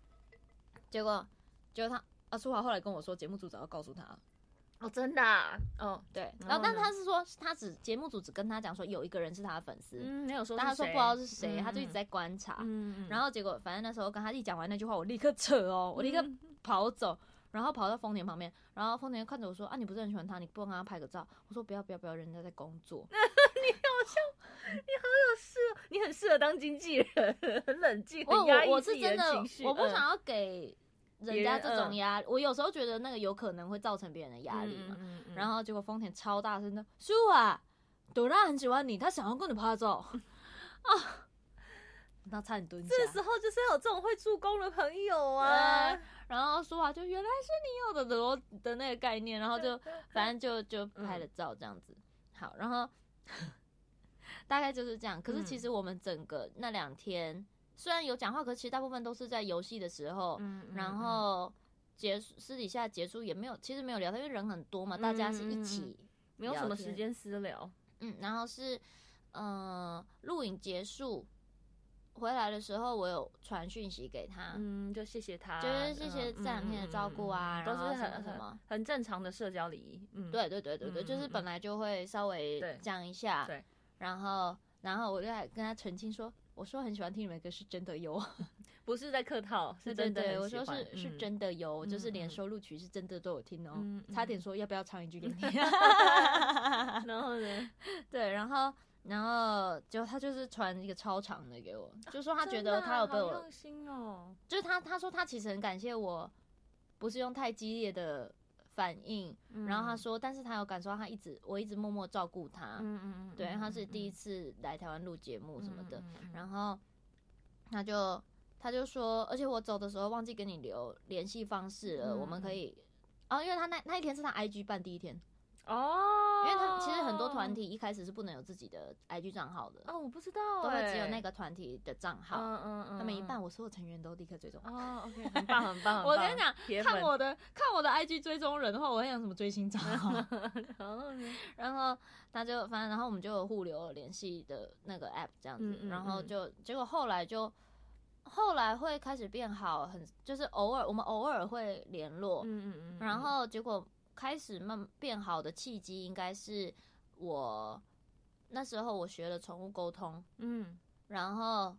[SPEAKER 1] 结果，结果他啊，舒华后来跟我说，节目组早要告诉他，
[SPEAKER 2] 哦，真的啊哦，
[SPEAKER 1] 对。
[SPEAKER 2] 然
[SPEAKER 1] 然后
[SPEAKER 2] 后
[SPEAKER 1] 但
[SPEAKER 2] 呢
[SPEAKER 1] 他是说，他只节目组只跟他讲说有一个人是他的粉丝，
[SPEAKER 2] 嗯，没有说
[SPEAKER 1] 但他
[SPEAKER 2] 是
[SPEAKER 1] 说
[SPEAKER 2] 谁，
[SPEAKER 1] 不知道是谁，
[SPEAKER 2] 嗯
[SPEAKER 1] 他就一直，在观察。
[SPEAKER 2] 嗯，
[SPEAKER 1] 然
[SPEAKER 2] 后
[SPEAKER 1] 后结果，反正那时候跟他一讲完那句话，我立 刻扯哦，我立
[SPEAKER 2] 嗯
[SPEAKER 1] 刻 跑走，然后跑到丰田旁边，然后丰田看着我说：“啊，你不是很喜欢他，你不能跟他拍个照？”我说：“不要不要不要，人家在工作。”
[SPEAKER 2] 你很适合当经纪人，很冷静，
[SPEAKER 1] 我
[SPEAKER 2] 很压抑
[SPEAKER 1] 我我
[SPEAKER 2] 自
[SPEAKER 1] 是
[SPEAKER 2] 己的
[SPEAKER 1] 真的
[SPEAKER 2] 情绪，
[SPEAKER 1] 我不
[SPEAKER 2] 嗯
[SPEAKER 1] 想要给人家这种压力。我有时候觉得那个有可能会造成别人的压力嘛。
[SPEAKER 2] 嗯，
[SPEAKER 1] 然
[SPEAKER 2] 后
[SPEAKER 1] 后结果丰田超大声的舒啊，朵拉很喜欢你，她想要跟你拍照 啊，那差点蹲下。
[SPEAKER 2] 这时候就是要有这种会助攻的朋友啊
[SPEAKER 1] 啊，，然后舒华就原来是你有的罗的那个概念，然后 就反正就就
[SPEAKER 2] 嗯
[SPEAKER 1] 拍了照这样子。好，然后 大概就是这样。可是其
[SPEAKER 2] 嗯
[SPEAKER 1] 实我们整个那两天、虽然有讲话，可是其实大部分都是在游戏的时候，
[SPEAKER 2] 嗯
[SPEAKER 1] 然后结束私底下结束也没有，其实没有聊天，因为人很多嘛，大家是一起，
[SPEAKER 2] 没有什么
[SPEAKER 1] 聊天
[SPEAKER 2] 时间私聊，
[SPEAKER 1] 嗯然后是呃录影结束回来的时候，我有传讯息给他，
[SPEAKER 2] 嗯，就谢谢他，嗯
[SPEAKER 1] 就是谢谢这两天的照顾啊
[SPEAKER 2] 嗯嗯嗯嗯都
[SPEAKER 1] 然后
[SPEAKER 2] 是
[SPEAKER 1] 什
[SPEAKER 2] 很
[SPEAKER 1] 么什么
[SPEAKER 2] 很很正常的社交礼仪，嗯，
[SPEAKER 1] 对对对对对，
[SPEAKER 2] 嗯
[SPEAKER 1] 就是
[SPEAKER 2] 嗯
[SPEAKER 1] 本来就会稍微
[SPEAKER 2] 对
[SPEAKER 1] 讲一下，
[SPEAKER 2] 对
[SPEAKER 1] 然后然后我就还跟他澄清说，我说很喜欢听你们的歌是真的有，
[SPEAKER 2] 不是在客套，是
[SPEAKER 1] 对对
[SPEAKER 2] 真的
[SPEAKER 1] 对，
[SPEAKER 2] 很
[SPEAKER 1] 我
[SPEAKER 2] 喜
[SPEAKER 1] 说
[SPEAKER 2] 欢
[SPEAKER 1] 是是
[SPEAKER 2] 嗯
[SPEAKER 1] 真的有，就是
[SPEAKER 2] 嗯
[SPEAKER 1] 连
[SPEAKER 2] 嗯
[SPEAKER 1] 收录曲是真的都有听哦，
[SPEAKER 2] 嗯
[SPEAKER 1] 差
[SPEAKER 2] 嗯
[SPEAKER 1] 点说要不要唱一句给 你。
[SPEAKER 2] 然后呢，
[SPEAKER 1] 对，然后然后就他就是传一个超长的给我，就说他觉得
[SPEAKER 2] 啊真的啊
[SPEAKER 1] 他有被
[SPEAKER 2] 好
[SPEAKER 1] 我，
[SPEAKER 2] 用心哦，
[SPEAKER 1] 就是他他说他其实很感谢我，不是用太激烈的反应，然后他
[SPEAKER 2] 嗯，
[SPEAKER 1] 说，但是他有感受到他一直我一直默默照顾他，
[SPEAKER 2] 嗯嗯嗯，嗯
[SPEAKER 1] 对，他是第一
[SPEAKER 2] 次
[SPEAKER 1] 次来台湾录节目什么的，，
[SPEAKER 2] 后
[SPEAKER 1] 然后他就他就说，而且我走的时候忘记跟你留联系方式了，我们可
[SPEAKER 2] 嗯
[SPEAKER 1] 以。哦，因为他那那一天是他 IG 办第一天，
[SPEAKER 2] 哦，
[SPEAKER 1] 因为他其实很多团体一开始是不能有自己的 IG 账号的，
[SPEAKER 2] 哦，我不知道，
[SPEAKER 1] 都会只有
[SPEAKER 2] 哎
[SPEAKER 1] 那，个团体的账号。
[SPEAKER 2] 嗯嗯嗯，
[SPEAKER 1] 他们一办，
[SPEAKER 2] 嗯
[SPEAKER 1] 我所有成员都立刻追踪。
[SPEAKER 2] 哦，OK，很 棒很棒，很
[SPEAKER 1] 我跟
[SPEAKER 2] 棒
[SPEAKER 1] 你讲，
[SPEAKER 2] 铁
[SPEAKER 1] 看
[SPEAKER 2] 粉
[SPEAKER 1] 我的看我的 IG 追踪人的话，我很想什么追星账号。
[SPEAKER 2] 然后 呢，
[SPEAKER 1] 然后他就反正然后我们就有互留了联系的那个 app 这样子，
[SPEAKER 2] 嗯嗯
[SPEAKER 1] 然后
[SPEAKER 2] 嗯
[SPEAKER 1] 就结果后来就后来会开始变好，很就是偶尔我们偶尔会联络，
[SPEAKER 2] 嗯嗯嗯，
[SPEAKER 1] 然后结果开始慢变好的契机应该是我那时候我学了宠物沟通，
[SPEAKER 2] 嗯
[SPEAKER 1] 然后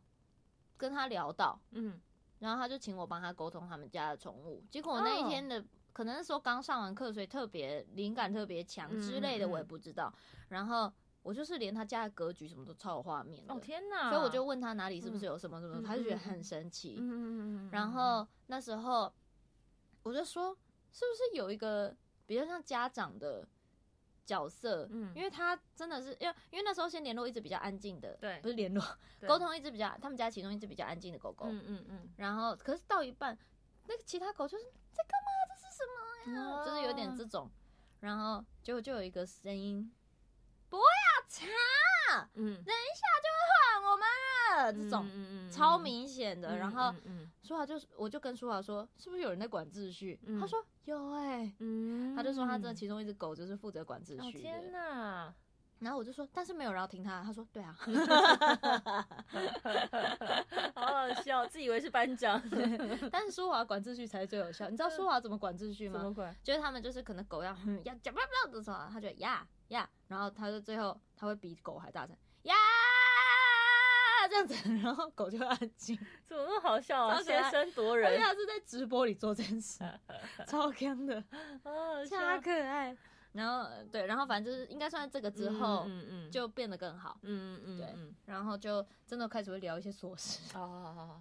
[SPEAKER 1] 跟他聊到，
[SPEAKER 2] 嗯
[SPEAKER 1] 然后他就请我帮他沟通他们家的宠物。结果我那一天
[SPEAKER 2] 哦
[SPEAKER 1] 的、可能那时候刚上完课，所以特别灵感特别强
[SPEAKER 2] 嗯
[SPEAKER 1] 之类的，
[SPEAKER 2] 嗯嗯
[SPEAKER 1] 我也不知道。然后我就是连他家的格局什么都超有画面的，
[SPEAKER 2] 哦天哪！
[SPEAKER 1] 所以我就问他哪里是不是有什么什么，
[SPEAKER 2] 嗯
[SPEAKER 1] 他就觉得很神奇。
[SPEAKER 2] 嗯嗯嗯嗯嗯嗯，
[SPEAKER 1] 然后那时候我就说，是不是有一个比较像家长的角色，
[SPEAKER 2] 嗯
[SPEAKER 1] 因为他真的是因为因为那时候先联络一只比较安静的，
[SPEAKER 2] 对
[SPEAKER 1] 不是联络
[SPEAKER 2] 对
[SPEAKER 1] 沟通一只比较，他们家其中一只比较安静的狗狗，
[SPEAKER 2] 嗯嗯嗯，
[SPEAKER 1] 然后可是到一半，那个其他狗就是在干嘛？这是什么？
[SPEAKER 2] 哦
[SPEAKER 1] 就是有点这种，然后结果就有一个声音，不要吵，看
[SPEAKER 2] 嗯
[SPEAKER 1] 我们了啊这种。
[SPEAKER 2] 嗯
[SPEAKER 1] 超明显的，
[SPEAKER 2] 嗯
[SPEAKER 1] 然后
[SPEAKER 2] 嗯嗯
[SPEAKER 1] 舒华就我就跟舒华说，是不是有人在管秩序？
[SPEAKER 2] 嗯
[SPEAKER 1] 他说有哎、
[SPEAKER 2] 嗯，
[SPEAKER 1] 他就说他这其中一只狗就是负责管秩
[SPEAKER 2] 哦
[SPEAKER 1] 序的。
[SPEAKER 2] 天哪，
[SPEAKER 1] 然后我就说，但是没有人要听他。他说对啊，
[SPEAKER 2] 好好笑，自以为是班长，
[SPEAKER 1] 但是舒华管秩序才是最有效。你知道舒华怎么管秩序
[SPEAKER 2] 什
[SPEAKER 1] 吗？
[SPEAKER 2] 嗯么鬼？
[SPEAKER 1] 就是他们就是可能狗要 哼要讲不要的时候，他就呀呀，然后他就最后他会比狗还大声呀这样子， 然后狗就会安 静。
[SPEAKER 2] 怎么那么好笑啊？
[SPEAKER 1] 超可爱哎
[SPEAKER 2] 先声夺
[SPEAKER 1] 而且
[SPEAKER 2] 人，
[SPEAKER 1] 他是在直播里做这件 事，超香的，
[SPEAKER 2] 好好笑
[SPEAKER 1] 超可爱。然后呃对，然后反正就是应该算是这个之后、
[SPEAKER 2] 嗯嗯，
[SPEAKER 1] 就变得更好，
[SPEAKER 2] 嗯嗯嗯
[SPEAKER 1] 对
[SPEAKER 2] 嗯，
[SPEAKER 1] 然后就真的开始会聊一些琐事。
[SPEAKER 2] 哦哦哦哦，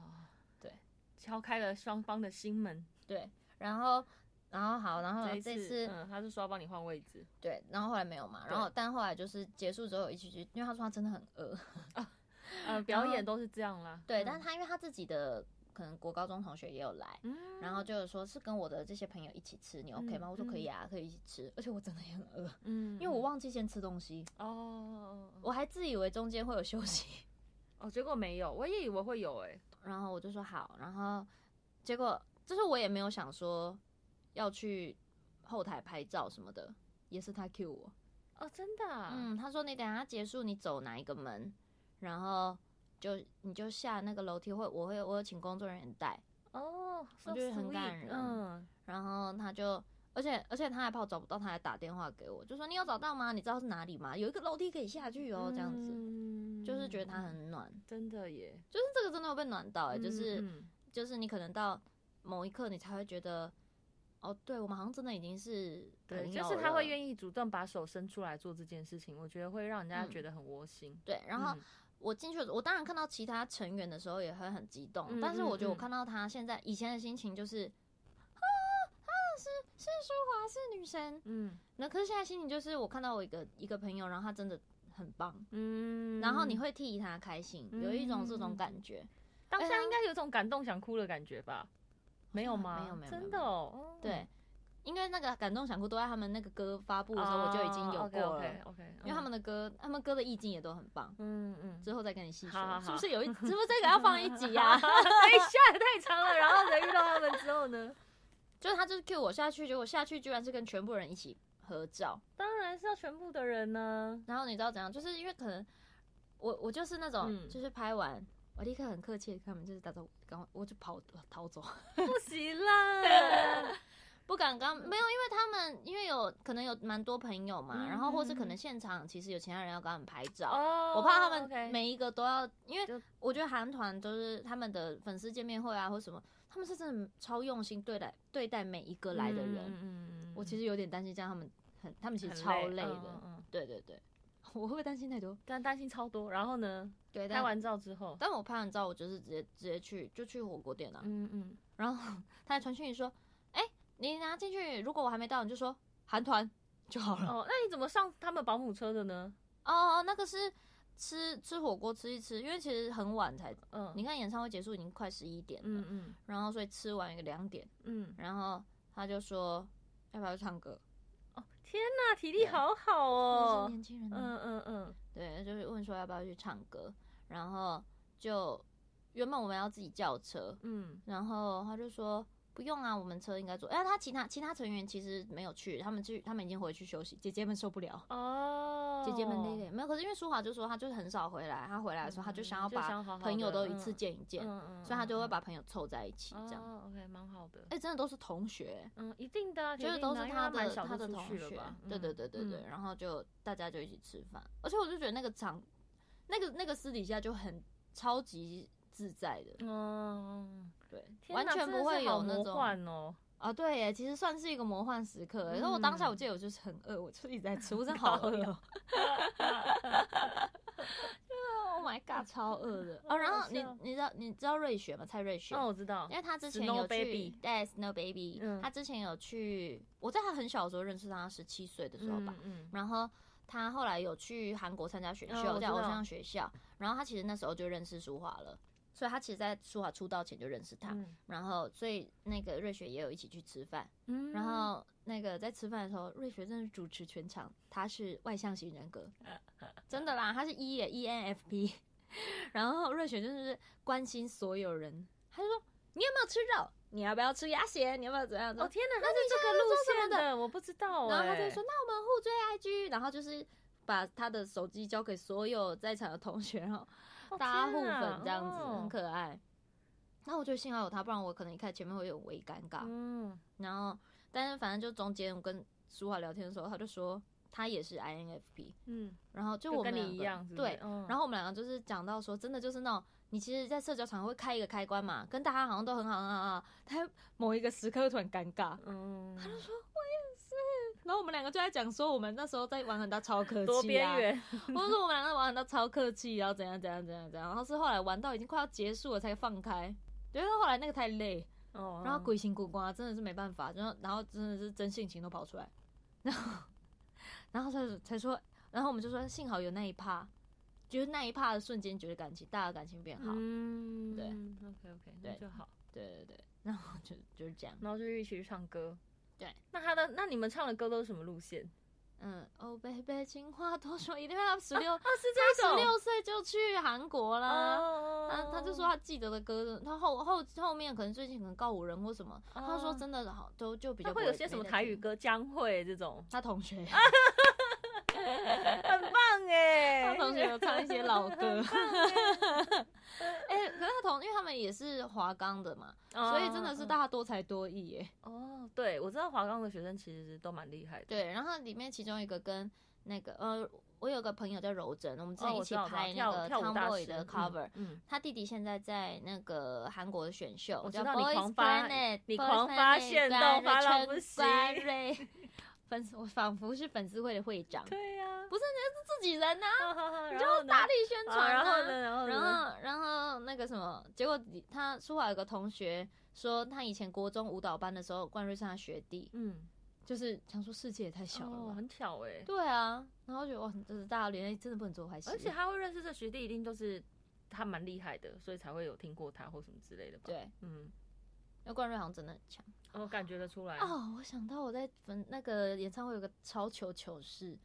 [SPEAKER 1] 对，
[SPEAKER 2] 敲开了双方的心门。
[SPEAKER 1] 对，然后然后好，然后
[SPEAKER 2] 这
[SPEAKER 1] 这
[SPEAKER 2] 一次，
[SPEAKER 1] 次
[SPEAKER 2] 嗯，他是说要帮你换位 置，
[SPEAKER 1] 对，然后后来没有嘛，然后但后来就是结束之后有一起去，因为他说他真的很饿，
[SPEAKER 2] 呃，表演都是这样啦。
[SPEAKER 1] 对，
[SPEAKER 2] 嗯
[SPEAKER 1] 但是他因为他自己的可能国高中同学也有来。
[SPEAKER 2] 嗯，
[SPEAKER 1] 然后就是说，是跟我的这些朋友一起吃，你 OK 吗？
[SPEAKER 2] 嗯
[SPEAKER 1] 我说可以啊，可以一起吃。而且我真的也很饿，
[SPEAKER 2] 嗯，
[SPEAKER 1] 因为我忘记先吃东西，
[SPEAKER 2] 哦哦哦
[SPEAKER 1] 我还自以为中间会有休息。
[SPEAKER 2] 哦，结果没有，我也以为会有哎，
[SPEAKER 1] 然后我就说好，然后结果就是我也没有想说要去后台拍照什么的，也是他 cue 我。
[SPEAKER 2] 哦，真的啊，
[SPEAKER 1] 嗯，他说你等一下结束，你走哪一个门，然后就你就下那个楼梯，会我会我有请工作人员带，
[SPEAKER 2] 哦，
[SPEAKER 1] 我
[SPEAKER 2] so
[SPEAKER 1] 觉得很
[SPEAKER 2] sweet，
[SPEAKER 1] 感人
[SPEAKER 2] 嗯，
[SPEAKER 1] 然后他就，而且而且他还怕我找不到，他还打电话给我，就说你有找到吗？你知道是哪里吗？有一个楼梯可以下去哦，这样
[SPEAKER 2] 嗯
[SPEAKER 1] 子，
[SPEAKER 2] 子
[SPEAKER 1] 就是觉得他很暖，
[SPEAKER 2] 真的耶，
[SPEAKER 1] 就是这个真的会被暖到、欸，就是、
[SPEAKER 2] 嗯
[SPEAKER 1] 就是你可能到某一刻你才会觉得，哦，对我们好像真的已经是
[SPEAKER 2] 对，
[SPEAKER 1] 朋
[SPEAKER 2] 就
[SPEAKER 1] 友
[SPEAKER 2] 是他会
[SPEAKER 1] 意
[SPEAKER 2] 愿意主动把手伸出来做这件事情，我觉得会让人家
[SPEAKER 1] 嗯
[SPEAKER 2] 觉得很窝心。
[SPEAKER 1] 对，然后
[SPEAKER 2] 嗯
[SPEAKER 1] 我进去的时候，我当然看到其他成员的时候也会很激动，
[SPEAKER 2] 嗯
[SPEAKER 1] 但是我觉得我
[SPEAKER 2] 嗯嗯
[SPEAKER 1] 看到他现在以前的心情就是，啊啊是是舒华是女神，
[SPEAKER 2] 嗯
[SPEAKER 1] 那可是现在心情就是我看到我一个一个朋友，然后他真的很棒，
[SPEAKER 2] 嗯
[SPEAKER 1] 然后你会替他开心，
[SPEAKER 2] 嗯
[SPEAKER 1] 有一种这种感觉，
[SPEAKER 2] 当
[SPEAKER 1] 哎呀
[SPEAKER 2] 下应该有种感动想哭的感觉吧？没有吗？
[SPEAKER 1] 没有没有
[SPEAKER 2] 真的哦。
[SPEAKER 1] 对，因为那个感动想哭都在他们那个歌发布
[SPEAKER 2] 嗯，啊
[SPEAKER 1] 的时候我就已经有过了，
[SPEAKER 2] OK OK，
[SPEAKER 1] 因为他们的歌，他们歌的意境也都很棒。
[SPEAKER 2] 嗯嗯，
[SPEAKER 1] 之后再跟你细说，
[SPEAKER 2] 好好好
[SPEAKER 1] 是不是有一？是不是这个要放一集啊呀、
[SPEAKER 2] 等一下也太长了。然后人遇到他们之后呢，
[SPEAKER 1] 就是他就是 cue 我下去，结果下去居然是跟全部人一起合照。
[SPEAKER 2] 当然是要全部的人呢。
[SPEAKER 1] 然后你知道怎样？就是因为可能我我就是那种，
[SPEAKER 2] 嗯
[SPEAKER 1] 就是拍完我立刻很客气地跟他们就是打招呼，赶快我就跑逃走，
[SPEAKER 2] 不行 啦，
[SPEAKER 1] 不敢刚没有，因为他们因为有可能有蛮多朋友嘛，
[SPEAKER 2] 嗯
[SPEAKER 1] 然后或是
[SPEAKER 2] 嗯
[SPEAKER 1] 可能现场其实有其他人要跟他们拍照。
[SPEAKER 2] 哦，
[SPEAKER 1] 我怕他
[SPEAKER 2] OK
[SPEAKER 1] 们每一个都要，因为
[SPEAKER 2] 就
[SPEAKER 1] 我觉得韩团都是他们的粉丝见面会啊，或什么，他们是真的超用心对待对待每一个来的人。
[SPEAKER 2] 嗯嗯嗯嗯
[SPEAKER 1] 我其实
[SPEAKER 2] 实
[SPEAKER 1] 有点担心，这样他们很，他们其实超累的。
[SPEAKER 2] 嗯嗯嗯
[SPEAKER 1] 对对 对，我会不会担心太多？
[SPEAKER 2] 但担心超多。然后呢，
[SPEAKER 1] 对，
[SPEAKER 2] 拍
[SPEAKER 1] 但
[SPEAKER 2] 完照之后，
[SPEAKER 1] 但我拍完照，我就是直接直接去就去火锅店了、啊
[SPEAKER 2] 嗯嗯，
[SPEAKER 1] 然后他还传讯息说：“哎、你拿进去，如果我还没到，你就说韩团就好了。
[SPEAKER 2] 哦，那你怎么上他们保姆车的呢？”
[SPEAKER 1] 哦哦，那个是吃吃火锅吃一吃，因为其实很晚才，
[SPEAKER 2] 嗯，
[SPEAKER 1] 你看演唱会结束已经快十一点了、
[SPEAKER 2] 嗯嗯
[SPEAKER 1] 然后所以吃完一个两点，
[SPEAKER 2] 嗯，
[SPEAKER 1] 然后他就说要不要去唱歌？
[SPEAKER 2] 哦，天哪，体力
[SPEAKER 1] 对啊
[SPEAKER 2] 好好
[SPEAKER 1] 哦，是
[SPEAKER 2] 哦。
[SPEAKER 1] 年轻人呢、
[SPEAKER 2] 嗯嗯嗯，
[SPEAKER 1] 对，就是问说要不要去唱歌，然后就原本我们要自己叫车，
[SPEAKER 2] 嗯，
[SPEAKER 1] 然后他就说不用啊，我们车应该坐。哎，他其他其他成员其实没有去，他们去他们已经回去休息，姐姐们受不了，
[SPEAKER 2] 哦，嗯
[SPEAKER 1] 姐姐们累累。没有，可是因为舒华就说他就是很少回来，他回来的时候他就想要把
[SPEAKER 2] 好好地
[SPEAKER 1] 朋友都一次，见一见，
[SPEAKER 2] 嗯嗯嗯
[SPEAKER 1] 所以他就会把朋友凑在一起这样。
[SPEAKER 2] 哦，OK，蛮好的。
[SPEAKER 1] 哎，真的都是同学，
[SPEAKER 2] 嗯，一定的啊，
[SPEAKER 1] 就是
[SPEAKER 2] 铁定
[SPEAKER 1] 都是
[SPEAKER 2] 的啊因为
[SPEAKER 1] 他
[SPEAKER 2] 蛮
[SPEAKER 1] 的
[SPEAKER 2] 小
[SPEAKER 1] 他的
[SPEAKER 2] 就
[SPEAKER 1] 同
[SPEAKER 2] 出去了
[SPEAKER 1] 学
[SPEAKER 2] 吧？，
[SPEAKER 1] 对对
[SPEAKER 2] 嗯
[SPEAKER 1] 对对对，
[SPEAKER 2] 嗯
[SPEAKER 1] 然后就大家就一起吃饭，而且我就觉得那个场，那个那个私底下就很超级自在的，
[SPEAKER 2] 嗯哦，
[SPEAKER 1] 对，
[SPEAKER 2] 天
[SPEAKER 1] 完
[SPEAKER 2] 哪
[SPEAKER 1] 全
[SPEAKER 2] 真的
[SPEAKER 1] 不
[SPEAKER 2] 是
[SPEAKER 1] 会
[SPEAKER 2] 好
[SPEAKER 1] 有那
[SPEAKER 2] 魔
[SPEAKER 1] 种
[SPEAKER 2] 幻哦，
[SPEAKER 1] 啊，对耶，其实算是一个魔幻时刻耶。然后我当
[SPEAKER 2] 嗯
[SPEAKER 1] 下我记得我就是 很饿，我就一直在吃，我真的好饿哦，
[SPEAKER 2] 好饿
[SPEAKER 1] 对啊 Oh my god，超恶 的哦。然后你
[SPEAKER 2] 好笑
[SPEAKER 1] 你知道你知道瑞雪吗？蔡瑞雪，
[SPEAKER 2] 哦，我知道
[SPEAKER 1] 因，为他之前
[SPEAKER 2] Snow
[SPEAKER 1] 有去
[SPEAKER 2] Baby
[SPEAKER 1] 对 Snow Baby，、
[SPEAKER 2] 嗯
[SPEAKER 1] 他之前有去，我在他很小的时候认识他，十七岁的时候吧，
[SPEAKER 2] 嗯，
[SPEAKER 1] 然后。他后来有去韩国参加选
[SPEAKER 2] 哦
[SPEAKER 1] 秀，
[SPEAKER 2] 我
[SPEAKER 1] 在
[SPEAKER 2] 知
[SPEAKER 1] 偶
[SPEAKER 2] 道
[SPEAKER 1] 像学校。然后他其实那时候就认识舒华了，所以他其实，在舒华出道前就认识他。
[SPEAKER 2] 嗯
[SPEAKER 1] 然后，所以那个瑞雪也有一起去吃饭。
[SPEAKER 2] 嗯
[SPEAKER 1] 然后那个在吃饭的时候，瑞雪真的是主持全场，她是外向型人 格，真的啦，她是 E 耶 ENFP。然 后瑞雪就是关心所有人，她就说：“你有没有吃肉？你要不要吃鸭血？你要不要怎样？”
[SPEAKER 2] 哦天哪，
[SPEAKER 1] 那你现在
[SPEAKER 2] 这
[SPEAKER 1] 在
[SPEAKER 2] 个
[SPEAKER 1] 做
[SPEAKER 2] 路
[SPEAKER 1] 什么
[SPEAKER 2] 线的我不知道哎，
[SPEAKER 1] 然后她就说：“那我们互追 IG。”然后就是把她的手机交给所有在场的同学，然后
[SPEAKER 2] 哦
[SPEAKER 1] 大家
[SPEAKER 2] 天
[SPEAKER 1] 互
[SPEAKER 2] 哪
[SPEAKER 1] 粉这样子，
[SPEAKER 2] 哦
[SPEAKER 1] 很可爱。那我觉得幸好有她，不然我可能一看前面会有点微尴尬。
[SPEAKER 2] 嗯，
[SPEAKER 1] 然后，但是反正就中间我跟舒华聊天的时候，他就说他也是 INFP，
[SPEAKER 2] 嗯，
[SPEAKER 1] 然后就
[SPEAKER 2] 就
[SPEAKER 1] 我们
[SPEAKER 2] 跟
[SPEAKER 1] 两
[SPEAKER 2] 你
[SPEAKER 1] 个
[SPEAKER 2] 一样，是不是
[SPEAKER 1] 对，
[SPEAKER 2] 嗯
[SPEAKER 1] 然后我们两个就是讲到说，真的就是那种你其实，在社交场合会开一个开关嘛，跟大家好像都很好很好很好，他某一个时刻会突然尴尬，
[SPEAKER 2] 嗯，他就说
[SPEAKER 1] 然后我们两个就在讲说，我们那时候在玩很大超客气、啊，
[SPEAKER 2] 多边缘，
[SPEAKER 1] 我就说我们两个玩到超客气，然后怎样怎样怎样怎样，然后是后来玩到已经快要结束了才放开，觉得后来那个太累，
[SPEAKER 2] 哦
[SPEAKER 1] 然后鬼形古怪，啊真的是没办法，然后然后真的是真性情都跑出来，然后然后才才说，然后我们就说幸好有那一趴，就是那一趴的瞬间觉得感情大家感情变好，
[SPEAKER 2] 嗯，
[SPEAKER 1] 对
[SPEAKER 2] ，OK OK，那
[SPEAKER 1] 对
[SPEAKER 2] 就好，
[SPEAKER 1] 对对对，然后就就是这样，
[SPEAKER 2] 然后就一起去唱歌。
[SPEAKER 1] 对，
[SPEAKER 2] 那他的那你们唱的歌都是什么路线？
[SPEAKER 1] 嗯，哦贝贝情话多说，一定要十六
[SPEAKER 2] 啊，是这
[SPEAKER 1] 十
[SPEAKER 2] 种
[SPEAKER 1] 六岁就去韩国啦。
[SPEAKER 2] 哦
[SPEAKER 1] 他啊他就说他记得的歌，他后后后面可能最近可能告五人或什么，他说
[SPEAKER 2] 哦
[SPEAKER 1] 真的好都就比较
[SPEAKER 2] 他
[SPEAKER 1] 不
[SPEAKER 2] 会有些
[SPEAKER 1] 没
[SPEAKER 2] 什么
[SPEAKER 1] 在
[SPEAKER 2] 台
[SPEAKER 1] 听
[SPEAKER 2] 语，歌，江蕙这 种，
[SPEAKER 1] 他同学
[SPEAKER 2] 很棒哎
[SPEAKER 1] 他同学有唱一些老 歌， 哎、可是他同，因为他们也是华冈的嘛，所以真的是大家多才多艺耶。
[SPEAKER 2] 嗯哦，对，我知道华冈的学生其实都蛮厉害的。
[SPEAKER 1] 对，然后里面其中一个跟那个呃，我有个朋友叫柔珍，我们之
[SPEAKER 2] 哦，
[SPEAKER 1] 前一
[SPEAKER 2] 我
[SPEAKER 1] 起
[SPEAKER 2] 知道，我知道
[SPEAKER 1] 拍那
[SPEAKER 2] 跳
[SPEAKER 1] 个
[SPEAKER 2] 跳舞大
[SPEAKER 1] Tomboy
[SPEAKER 2] 师
[SPEAKER 1] 的
[SPEAKER 2] 嗯
[SPEAKER 1] cover，、
[SPEAKER 2] 嗯，
[SPEAKER 1] 他弟弟现在在那个韩国的选秀，
[SPEAKER 2] 我知
[SPEAKER 1] 叫
[SPEAKER 2] 道你
[SPEAKER 1] Boys
[SPEAKER 2] 狂发
[SPEAKER 1] Planet，
[SPEAKER 2] 你
[SPEAKER 1] Boys
[SPEAKER 2] 狂发
[SPEAKER 1] Planet，
[SPEAKER 2] 限
[SPEAKER 1] 关
[SPEAKER 2] 动发
[SPEAKER 1] 瑞
[SPEAKER 2] 到
[SPEAKER 1] 春
[SPEAKER 2] 不
[SPEAKER 1] 关
[SPEAKER 2] 行
[SPEAKER 1] 瑞 粉丝，我仿佛是粉丝会的会长，
[SPEAKER 2] 对呀，
[SPEAKER 1] 不是自己 人呐、
[SPEAKER 2] 哈哈哈，
[SPEAKER 1] 你
[SPEAKER 2] 然后
[SPEAKER 1] 就
[SPEAKER 2] 呢
[SPEAKER 1] 大力宣传、
[SPEAKER 2] 啊
[SPEAKER 1] 啊
[SPEAKER 2] 然后呢，然后
[SPEAKER 1] 然
[SPEAKER 2] 呢，
[SPEAKER 1] 后，然后那个什么，结果他舒华有个同学说，他以前国中舞蹈班的时候，冠瑞是他学弟，
[SPEAKER 2] 嗯，
[SPEAKER 1] 就是想说世界也太小了
[SPEAKER 2] 哦
[SPEAKER 1] 吧。
[SPEAKER 2] 很巧哎。
[SPEAKER 1] 对啊，然后觉得哇，就是大家连真的不能做坏事，
[SPEAKER 2] 而且他会认识这学弟，一定都是他蛮厉害的，所以才会有听过他或什么之类的吧？，
[SPEAKER 1] 对，
[SPEAKER 2] 嗯，
[SPEAKER 1] 那冠瑞好像真的很强
[SPEAKER 2] 我感觉得出来。
[SPEAKER 1] 哦。我想到我在粉那个演唱会有个超球糗事，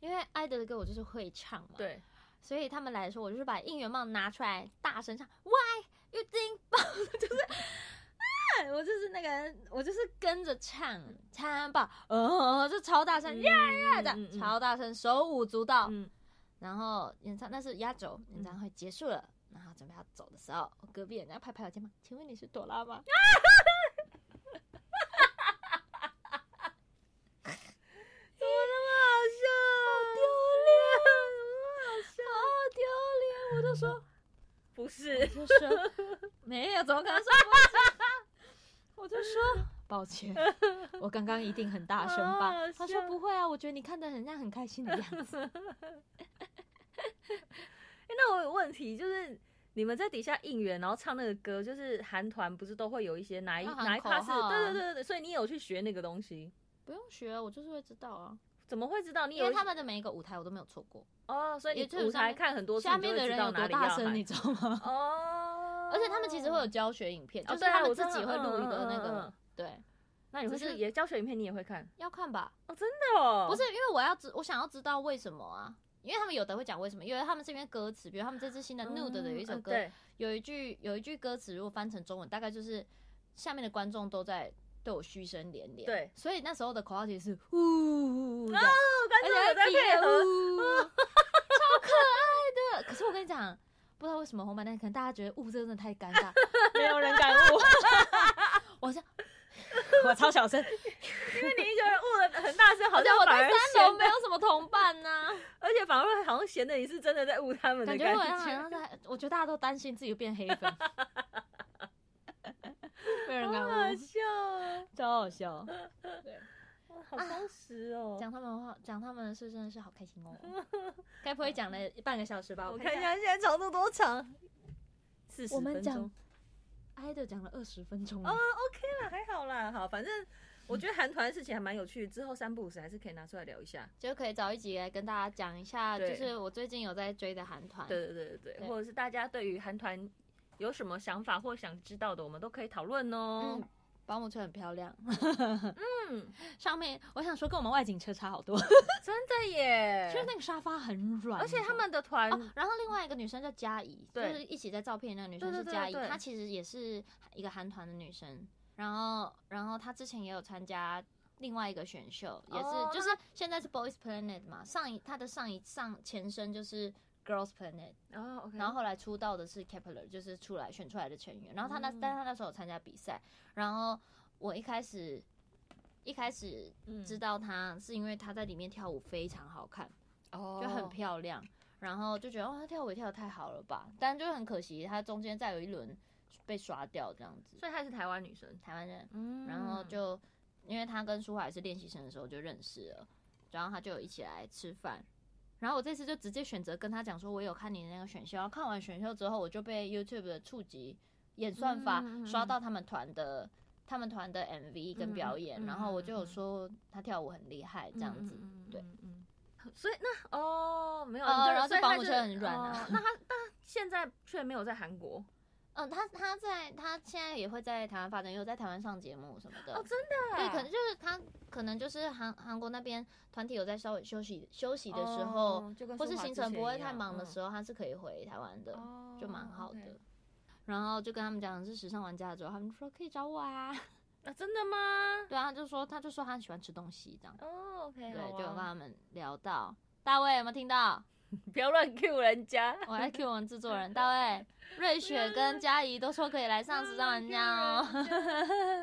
[SPEAKER 1] 因为艾德的歌我就是会唱嘛，，
[SPEAKER 2] 对，
[SPEAKER 1] 所以他们来的时候，我就是把应援棒拿出来大声唱，Why you think？就是，啊我就是那个，我就是跟着唱唱吧，呃，就超大声，呀呀的，
[SPEAKER 2] 嗯嗯嗯
[SPEAKER 1] 超大声，手舞足蹈。
[SPEAKER 2] 嗯，
[SPEAKER 1] 然后演唱那是压轴，演唱会结束了，然后准备要走的时候，我隔壁人家拍拍我肩膀，请问你是朵拉 吗？好丢脸，我就说，
[SPEAKER 2] 不是，
[SPEAKER 1] 我就说没有，怎么可能说不是？我就说抱歉，我刚刚一定很大声 吧？
[SPEAKER 2] 好好
[SPEAKER 1] 他说
[SPEAKER 2] 笑
[SPEAKER 1] 不会啊，我觉得你看的很像很开心的样子。
[SPEAKER 2] 欸那我有问题，就是你们在底下应援，然后唱那个歌，就是韩团不是都会有一些哪一
[SPEAKER 1] 要喊
[SPEAKER 2] 哪一趴是？
[SPEAKER 1] 口号啊
[SPEAKER 2] 对对对对对，所以你有去学那个东西？
[SPEAKER 1] 不用学，我就是会知道啊，
[SPEAKER 2] 怎么会知道？你
[SPEAKER 1] 因
[SPEAKER 2] 有
[SPEAKER 1] 为
[SPEAKER 2] 一
[SPEAKER 1] 他们的每一个舞台我都没有错过，
[SPEAKER 2] 哦，所以
[SPEAKER 1] 也
[SPEAKER 2] 你
[SPEAKER 1] 就是
[SPEAKER 2] 舞
[SPEAKER 1] 上
[SPEAKER 2] 台
[SPEAKER 1] 面
[SPEAKER 2] 看很多次，
[SPEAKER 1] 下
[SPEAKER 2] 你就
[SPEAKER 1] 面
[SPEAKER 2] 会
[SPEAKER 1] 的
[SPEAKER 2] 知
[SPEAKER 1] 人
[SPEAKER 2] 道
[SPEAKER 1] 有
[SPEAKER 2] 哪
[SPEAKER 1] 多
[SPEAKER 2] 里要
[SPEAKER 1] 大
[SPEAKER 2] 喊
[SPEAKER 1] 声，你知道吗？
[SPEAKER 2] 哦。
[SPEAKER 1] 而且他们其实会有教学影片，
[SPEAKER 2] 哦
[SPEAKER 1] 就是
[SPEAKER 2] 对啊
[SPEAKER 1] 他们
[SPEAKER 2] 我知
[SPEAKER 1] 自
[SPEAKER 2] 道
[SPEAKER 1] 己会录一个那
[SPEAKER 2] 嗯嗯嗯
[SPEAKER 1] 个
[SPEAKER 2] 嗯，
[SPEAKER 1] 对，
[SPEAKER 2] 那你会
[SPEAKER 1] 只
[SPEAKER 2] 去
[SPEAKER 1] 是
[SPEAKER 2] 也教学影片，你也会看？
[SPEAKER 1] 要看吧，
[SPEAKER 2] 哦，真的哦，
[SPEAKER 1] 不是因为我要知，我想要知道为什么啊。因为他们有的会讲为什么，因为他们这边歌词，比如他们这支新的
[SPEAKER 2] 嗯
[SPEAKER 1] Nude 的有一首
[SPEAKER 2] 嗯
[SPEAKER 1] 歌，
[SPEAKER 2] 对，
[SPEAKER 1] 有一句有一句歌词，如果翻成中文，大概就是下面的观众都在对我嘘声连连。
[SPEAKER 2] 对
[SPEAKER 1] 所以那时候的口号其实是呜呜呜，这样
[SPEAKER 2] 观
[SPEAKER 1] 而
[SPEAKER 2] 众
[SPEAKER 1] 且还
[SPEAKER 2] 有在
[SPEAKER 1] 闭眼
[SPEAKER 2] 配合，
[SPEAKER 1] 呜，超可爱的。可是我跟你讲，不知道为什么红白那天可能大家觉得呜真的太尴 尬，没有人敢呜。 我是我超小声，
[SPEAKER 2] 因为你一个人悟的很大声，好
[SPEAKER 1] 而且
[SPEAKER 2] 像
[SPEAKER 1] 我
[SPEAKER 2] 反
[SPEAKER 1] 在
[SPEAKER 2] 而
[SPEAKER 1] 三楼
[SPEAKER 2] 显
[SPEAKER 1] 没有什么同伴呐、
[SPEAKER 2] 而且反而会好像显得你是真的在误他们的
[SPEAKER 1] 感
[SPEAKER 2] 感
[SPEAKER 1] 觉我好
[SPEAKER 2] 觉。
[SPEAKER 1] 像在，我觉得大家都担心自己变黑 粉，没有人
[SPEAKER 2] 好
[SPEAKER 1] 敢
[SPEAKER 2] 好
[SPEAKER 1] 呜，
[SPEAKER 2] 笑啊！
[SPEAKER 1] 超好笑。对，
[SPEAKER 2] 好充实哦。
[SPEAKER 1] 讲他们的话，讲他们的事真的是好开心 哦。该不会讲了半个小时吧？
[SPEAKER 2] 我
[SPEAKER 1] 看
[SPEAKER 2] 看
[SPEAKER 1] 一
[SPEAKER 2] 一
[SPEAKER 1] 下
[SPEAKER 2] 下现在长度多长，四十
[SPEAKER 1] 我们
[SPEAKER 2] 分
[SPEAKER 1] 讲
[SPEAKER 2] 钟。
[SPEAKER 1] ，idol 讲了二十分钟
[SPEAKER 2] 哦、，o k 啦，还好啦，好，反正我觉得韩团的事情还蛮有趣的，之后三不五时还是可以拿出来聊一下。
[SPEAKER 1] 就可以找一集来跟大家讲一下，就
[SPEAKER 2] 对
[SPEAKER 1] 是我最近有在追的韩团。
[SPEAKER 2] 对对对对
[SPEAKER 1] 对
[SPEAKER 2] 对，或者是大家对于韩团有什么想法或想知道的，我们都可以讨论哦
[SPEAKER 1] 嗯。，保姆车很漂亮，
[SPEAKER 2] 嗯，
[SPEAKER 1] 上面我想说跟我们外景车差好多，
[SPEAKER 2] 真的耶
[SPEAKER 1] 就是那个沙发很软，
[SPEAKER 2] 而且他
[SPEAKER 1] 你知道吗。
[SPEAKER 2] 们的团、
[SPEAKER 1] 哦，然后另外一个女生叫佳怡，就
[SPEAKER 2] 对
[SPEAKER 1] 是一起在照片那个女生
[SPEAKER 2] 对
[SPEAKER 1] 是
[SPEAKER 2] 对对
[SPEAKER 1] 佳怡，
[SPEAKER 2] 对对
[SPEAKER 1] 她其实也是一个韩团的女生，然后然后她之前也有参加另外一个选秀，也是、
[SPEAKER 2] 哦
[SPEAKER 1] 就是现在是 Boys Planet 嘛，上一她的上一上前身就是 Girls Planet，
[SPEAKER 2] 哦，OK，
[SPEAKER 1] 然后后来出道的是 Kepler，就是出来选出来的成员，然后她那、
[SPEAKER 2] 嗯
[SPEAKER 1] 但她那时候有参加比赛，然后我一开始。一开始
[SPEAKER 2] 嗯
[SPEAKER 1] 知道她是因为她在里面跳舞非常好看，
[SPEAKER 2] 哦
[SPEAKER 1] 就很漂亮，然后就觉得哦，他跳舞也跳的太好了吧，但就很可惜，他中间再有一轮被刷掉这样子，
[SPEAKER 2] 所以她是台湾女生，
[SPEAKER 1] 台湾人，
[SPEAKER 2] 嗯
[SPEAKER 1] 然后就因为他跟舒海是练习生的时候就认识了，然后他就有一起来吃饭。然后我这次就直接选择跟他讲说，我有看你的那个选秀，然后看完选秀之后，我就被 YouTube 的触及演算法
[SPEAKER 2] 嗯嗯嗯
[SPEAKER 1] 刷到他们团的他们团的 MV 跟表演，
[SPEAKER 2] 嗯嗯嗯
[SPEAKER 1] 然后我就有
[SPEAKER 2] 嗯
[SPEAKER 1] 说他跳舞很厉害这样子，
[SPEAKER 2] 嗯
[SPEAKER 1] 对，
[SPEAKER 2] 嗯嗯嗯所以那哦没有，
[SPEAKER 1] 哦
[SPEAKER 2] 就是
[SPEAKER 1] 然后
[SPEAKER 2] 所以
[SPEAKER 1] 保
[SPEAKER 2] 她
[SPEAKER 1] 姆
[SPEAKER 2] 就
[SPEAKER 1] 车很软啊
[SPEAKER 2] 哦 那她但现在却没有在韩国
[SPEAKER 1] 嗯，他他在他现在也会在台湾发展，也有在台湾上节目什么的。
[SPEAKER 2] 哦，真的
[SPEAKER 1] 对，
[SPEAKER 2] 啊
[SPEAKER 1] 可能就是他可能就是韩韩国那边团体有在稍微休息休息的时候，
[SPEAKER 2] 哦就跟
[SPEAKER 1] 或是
[SPEAKER 2] 舒华
[SPEAKER 1] 行
[SPEAKER 2] 之
[SPEAKER 1] 程
[SPEAKER 2] 前
[SPEAKER 1] 不会
[SPEAKER 2] 一
[SPEAKER 1] 太
[SPEAKER 2] 样
[SPEAKER 1] 忙的
[SPEAKER 2] 嗯
[SPEAKER 1] 时候，他是可以回台湾的，
[SPEAKER 2] 哦
[SPEAKER 1] 就蛮好的
[SPEAKER 2] OK。
[SPEAKER 1] 然后就跟他们讲是时尚玩家之后，他们说可以找我啊。
[SPEAKER 2] 啊，真的吗？
[SPEAKER 1] 对啊，他就说他就说他很喜欢吃东西这样，
[SPEAKER 2] 哦，OK，
[SPEAKER 1] 对，
[SPEAKER 2] 好
[SPEAKER 1] 就有跟
[SPEAKER 2] 啊
[SPEAKER 1] 他们聊到。大卫有没有听到？
[SPEAKER 2] 不要乱 Q 人家。
[SPEAKER 1] 我来 Q 我们制作人大卫、 瑞雪跟佳怡都说可以来上时尚玩家哦。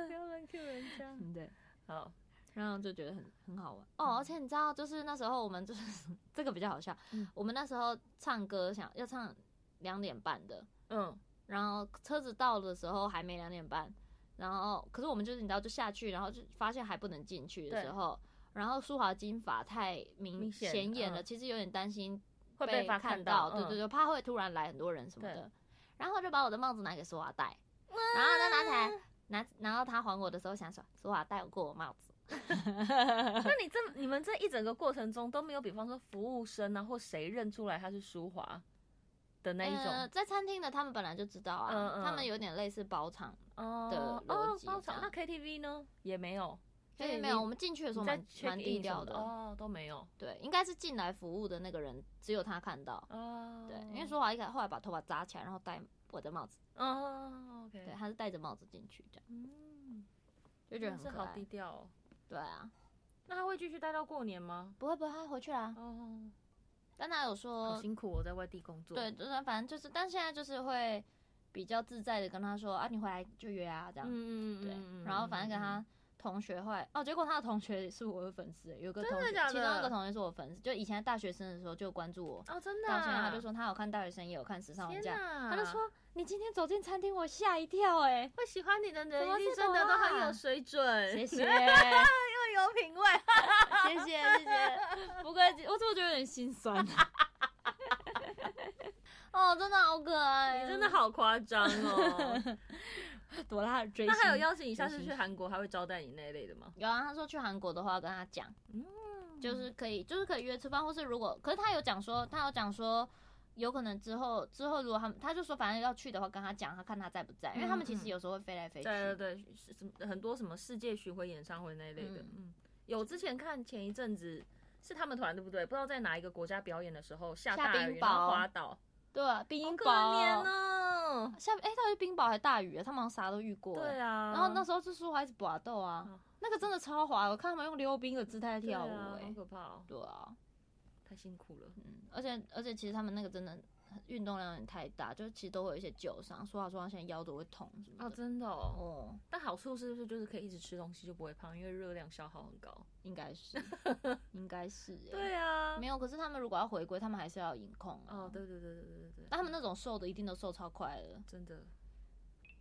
[SPEAKER 2] 不要乱 Q 人 家。
[SPEAKER 1] 嗯，对。
[SPEAKER 2] 好，
[SPEAKER 1] 然后就觉得很很好玩哦，而且你知道，就是那时候我们就是 这个比较好笑，
[SPEAKER 2] 嗯
[SPEAKER 1] 我们那时候唱歌想要唱两点半的，
[SPEAKER 2] 嗯，
[SPEAKER 1] 然后车子到的时候还没两点半，然后可是我们就是你知道就下去，然后就发现还不能进去的时候，然后舒华金发太明
[SPEAKER 2] 明显
[SPEAKER 1] 显眼了，
[SPEAKER 2] 嗯
[SPEAKER 1] 其实有点担心
[SPEAKER 2] 会被发
[SPEAKER 1] 看
[SPEAKER 2] 到，
[SPEAKER 1] 对对
[SPEAKER 2] 对，
[SPEAKER 1] 对，怕会突然来很多人什么
[SPEAKER 2] 对
[SPEAKER 1] 的，然后就把我的帽子拿给舒华戴，然后再拿起来。拿拿到他还我的时候，想说舒华戴过我帽子，
[SPEAKER 2] 那你这你们这一整个过程中都没有，比方说服务生啊，或谁认出来他是舒华的那一
[SPEAKER 1] 呃
[SPEAKER 2] 种
[SPEAKER 1] 在餐厅的他们本来就知道啊，
[SPEAKER 2] 嗯嗯
[SPEAKER 1] 他们有点类似包场，
[SPEAKER 2] 哦
[SPEAKER 1] 的逻
[SPEAKER 2] 哦
[SPEAKER 1] 辑
[SPEAKER 2] 包
[SPEAKER 1] 这
[SPEAKER 2] 场。
[SPEAKER 1] 样
[SPEAKER 2] 那 KTV 呢也没有，
[SPEAKER 1] 所
[SPEAKER 2] 所以
[SPEAKER 1] 以
[SPEAKER 2] 你
[SPEAKER 1] 没有。我们进去的时候
[SPEAKER 2] 你在
[SPEAKER 1] 蛮
[SPEAKER 2] check
[SPEAKER 1] 蛮
[SPEAKER 2] in
[SPEAKER 1] 低
[SPEAKER 2] 什
[SPEAKER 1] 调
[SPEAKER 2] 么的
[SPEAKER 1] 的，
[SPEAKER 2] 哦，都没有
[SPEAKER 1] 对，应该是进来服务的那个人只有他看到，
[SPEAKER 2] 哦。
[SPEAKER 1] 对，因为舒华一开后来把头发扎起来，然后戴我的帽子，
[SPEAKER 2] 哦，OK，
[SPEAKER 1] 对，他是戴着帽子进去这样，
[SPEAKER 2] 嗯，
[SPEAKER 1] 就觉得
[SPEAKER 2] 真的是
[SPEAKER 1] 很可
[SPEAKER 2] 好
[SPEAKER 1] 爱
[SPEAKER 2] 低，调哦。
[SPEAKER 1] 对啊，
[SPEAKER 2] 那他会继续待到过年吗？
[SPEAKER 1] 不会不会，他回去啦，
[SPEAKER 2] 哦，
[SPEAKER 1] 但他有
[SPEAKER 2] 好
[SPEAKER 1] 说，
[SPEAKER 2] 辛苦，我哦在外地工作。
[SPEAKER 1] 呃对，就是反正就是，但现在就是会比较自在的跟他说啊，你回来就约啊这样，
[SPEAKER 2] 嗯
[SPEAKER 1] 对，然后反正跟他同学后来哦，结果他的同学是我的粉丝欸，有个同学
[SPEAKER 2] 真的假的
[SPEAKER 1] 其中一个同学是我粉丝，就以前大学生的时候就关注我，
[SPEAKER 2] 哦，真的
[SPEAKER 1] 到
[SPEAKER 2] 啊，
[SPEAKER 1] 现在他就说他有看大学生，也有看时尚玩
[SPEAKER 2] 天
[SPEAKER 1] 家，
[SPEAKER 2] 哪，
[SPEAKER 1] 他就说你今天走进餐厅，我吓一跳哎、
[SPEAKER 2] 会喜欢你的
[SPEAKER 1] 怎
[SPEAKER 2] 人
[SPEAKER 1] 么
[SPEAKER 2] 一定
[SPEAKER 1] 是
[SPEAKER 2] 真的
[SPEAKER 1] 朵
[SPEAKER 2] 都
[SPEAKER 1] 啊
[SPEAKER 2] 很有水准，
[SPEAKER 1] 谢 谢谢
[SPEAKER 2] 又有品味。
[SPEAKER 1] 谢谢谢，不客气，我怎么觉得有点心酸、 哦，真的好可爱，
[SPEAKER 2] 你真的好夸张 哦！
[SPEAKER 1] 朵拉的追星。
[SPEAKER 2] 那还有邀请你下
[SPEAKER 1] 追
[SPEAKER 2] 次
[SPEAKER 1] 星
[SPEAKER 2] 去韩国，还会招待你那一类的吗？
[SPEAKER 1] 有啊，他说去韩国的话跟他讲，
[SPEAKER 2] 嗯
[SPEAKER 1] 就是可以，就是可以约吃饭，或是如果，可是他有讲说，他有讲说，有可能之后之后如果他们，他就说反正要去的话，跟他讲，他看他在不在，因为他们其实有时候会飞来飞去，
[SPEAKER 2] 对对对，是什么很多什么世界巡回演唱会那一类的，
[SPEAKER 1] 嗯
[SPEAKER 2] 嗯，有之前看前一阵子是他们团对不对？不知道在哪一个国家表演的时候下
[SPEAKER 1] 下
[SPEAKER 2] 大
[SPEAKER 1] 冰
[SPEAKER 2] 雨，然后
[SPEAKER 1] 雹
[SPEAKER 2] 滑倒，
[SPEAKER 1] 对啊，冰
[SPEAKER 2] 好可
[SPEAKER 1] 雹，
[SPEAKER 2] 怜哦。
[SPEAKER 1] 下哎、到底是冰雹还是大雨啊？他们好像啥都遇过、
[SPEAKER 2] 对
[SPEAKER 1] 啊。
[SPEAKER 2] 啊，
[SPEAKER 1] 然后那时候就说还一直搏斗啊，
[SPEAKER 2] 哦
[SPEAKER 1] 那个真的超滑，我看他们用溜冰的姿态
[SPEAKER 2] 对
[SPEAKER 1] 跳舞、
[SPEAKER 2] 啊
[SPEAKER 1] 哎、
[SPEAKER 2] 好可怕哦，
[SPEAKER 1] 对啊，
[SPEAKER 2] 太辛苦了。
[SPEAKER 1] 嗯，而且而且其实他们那个真的运动量有点太大，就是其实都会有一些旧伤，说话说话现在腰都会痛什么
[SPEAKER 2] 哦，
[SPEAKER 1] 的。
[SPEAKER 2] 真的哦。
[SPEAKER 1] 哦，
[SPEAKER 2] 但好处是不是就是可以一直吃东西就不会胖，因为热量消耗很高？
[SPEAKER 1] 应该 是，应该是、欸。、
[SPEAKER 2] 啊哦
[SPEAKER 1] 没有。可是他们如果要回归，他们还是要隐控、啊。
[SPEAKER 2] 哦，对。对对对对对对。
[SPEAKER 1] 但他们那种瘦的，一定都瘦超快了。
[SPEAKER 2] 真的，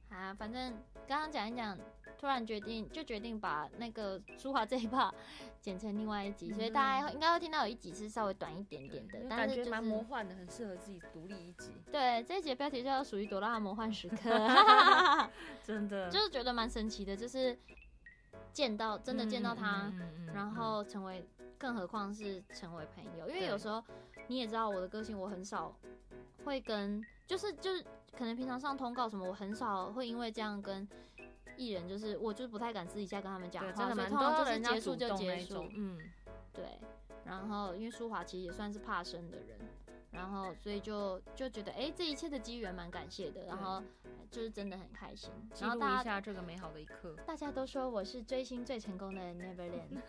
[SPEAKER 1] 啊，反正刚刚讲一讲，突然决定就决定把那个舒华这一 趴剪成另外一集，所以大家应该会听到有一集是稍微短一点点的
[SPEAKER 2] 因，为
[SPEAKER 1] 但
[SPEAKER 2] 嗯感
[SPEAKER 1] 是
[SPEAKER 2] 觉
[SPEAKER 1] 就
[SPEAKER 2] 蛮魔
[SPEAKER 1] 是
[SPEAKER 2] 幻的，很适合自己独立一集，
[SPEAKER 1] 对这一集的标题就叫属于朵拉的魔幻时刻，
[SPEAKER 2] 真的
[SPEAKER 1] 就是觉得蛮神奇的，就是见到真的见到他，，
[SPEAKER 2] 嗯嗯嗯嗯嗯
[SPEAKER 1] 然后成为，更何况是成为朋友，因为
[SPEAKER 2] 对
[SPEAKER 1] 有时候你也知道我的个性，我很少会跟，就是就是可能平常上通告什么，我很少会因为这样跟艺人，就是我就是不太敢私底下跟他们讲
[SPEAKER 2] 对，
[SPEAKER 1] 话，
[SPEAKER 2] 真的蛮
[SPEAKER 1] 所以通常
[SPEAKER 2] 多
[SPEAKER 1] 就是
[SPEAKER 2] 人要
[SPEAKER 1] 结束
[SPEAKER 2] 主
[SPEAKER 1] 就
[SPEAKER 2] 动那
[SPEAKER 1] 结
[SPEAKER 2] 一
[SPEAKER 1] 束
[SPEAKER 2] 种，，嗯，
[SPEAKER 1] 对。然后因为舒华其实也算是怕生的人，然后所以就就觉得哎、诶这一切的机缘蛮感谢的，然后就是真的很开心，
[SPEAKER 2] 记
[SPEAKER 1] 然后
[SPEAKER 2] 录
[SPEAKER 1] 大家
[SPEAKER 2] 一下这个美好的一刻。
[SPEAKER 1] 大家都说我是追星最成功的 Neverland，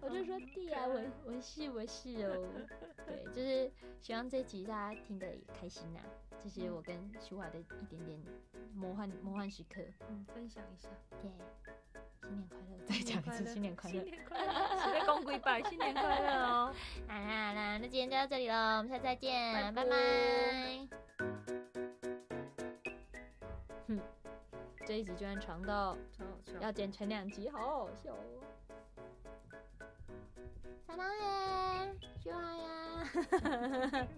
[SPEAKER 1] 我就说对呀、我我是我是哦，对，就是希望这集大家听得也开心呐、这是我跟舒华的一点点魔幻魔幻时刻，
[SPEAKER 2] 嗯，分享一 下，
[SPEAKER 1] 耶、新年快乐！再讲一次新年快乐
[SPEAKER 2] 新！年快乐，随便公鬼拜， 新年快 乐哦。
[SPEAKER 1] 好啦好啦，那今天就到这里喽，我们下次再见，
[SPEAKER 2] 拜
[SPEAKER 1] 拜
[SPEAKER 2] 拜
[SPEAKER 1] 拜。哼，这一集居然长到。
[SPEAKER 2] 超好笑
[SPEAKER 1] 要剪成两集，好好笑哦。小狼耶，去玩呀！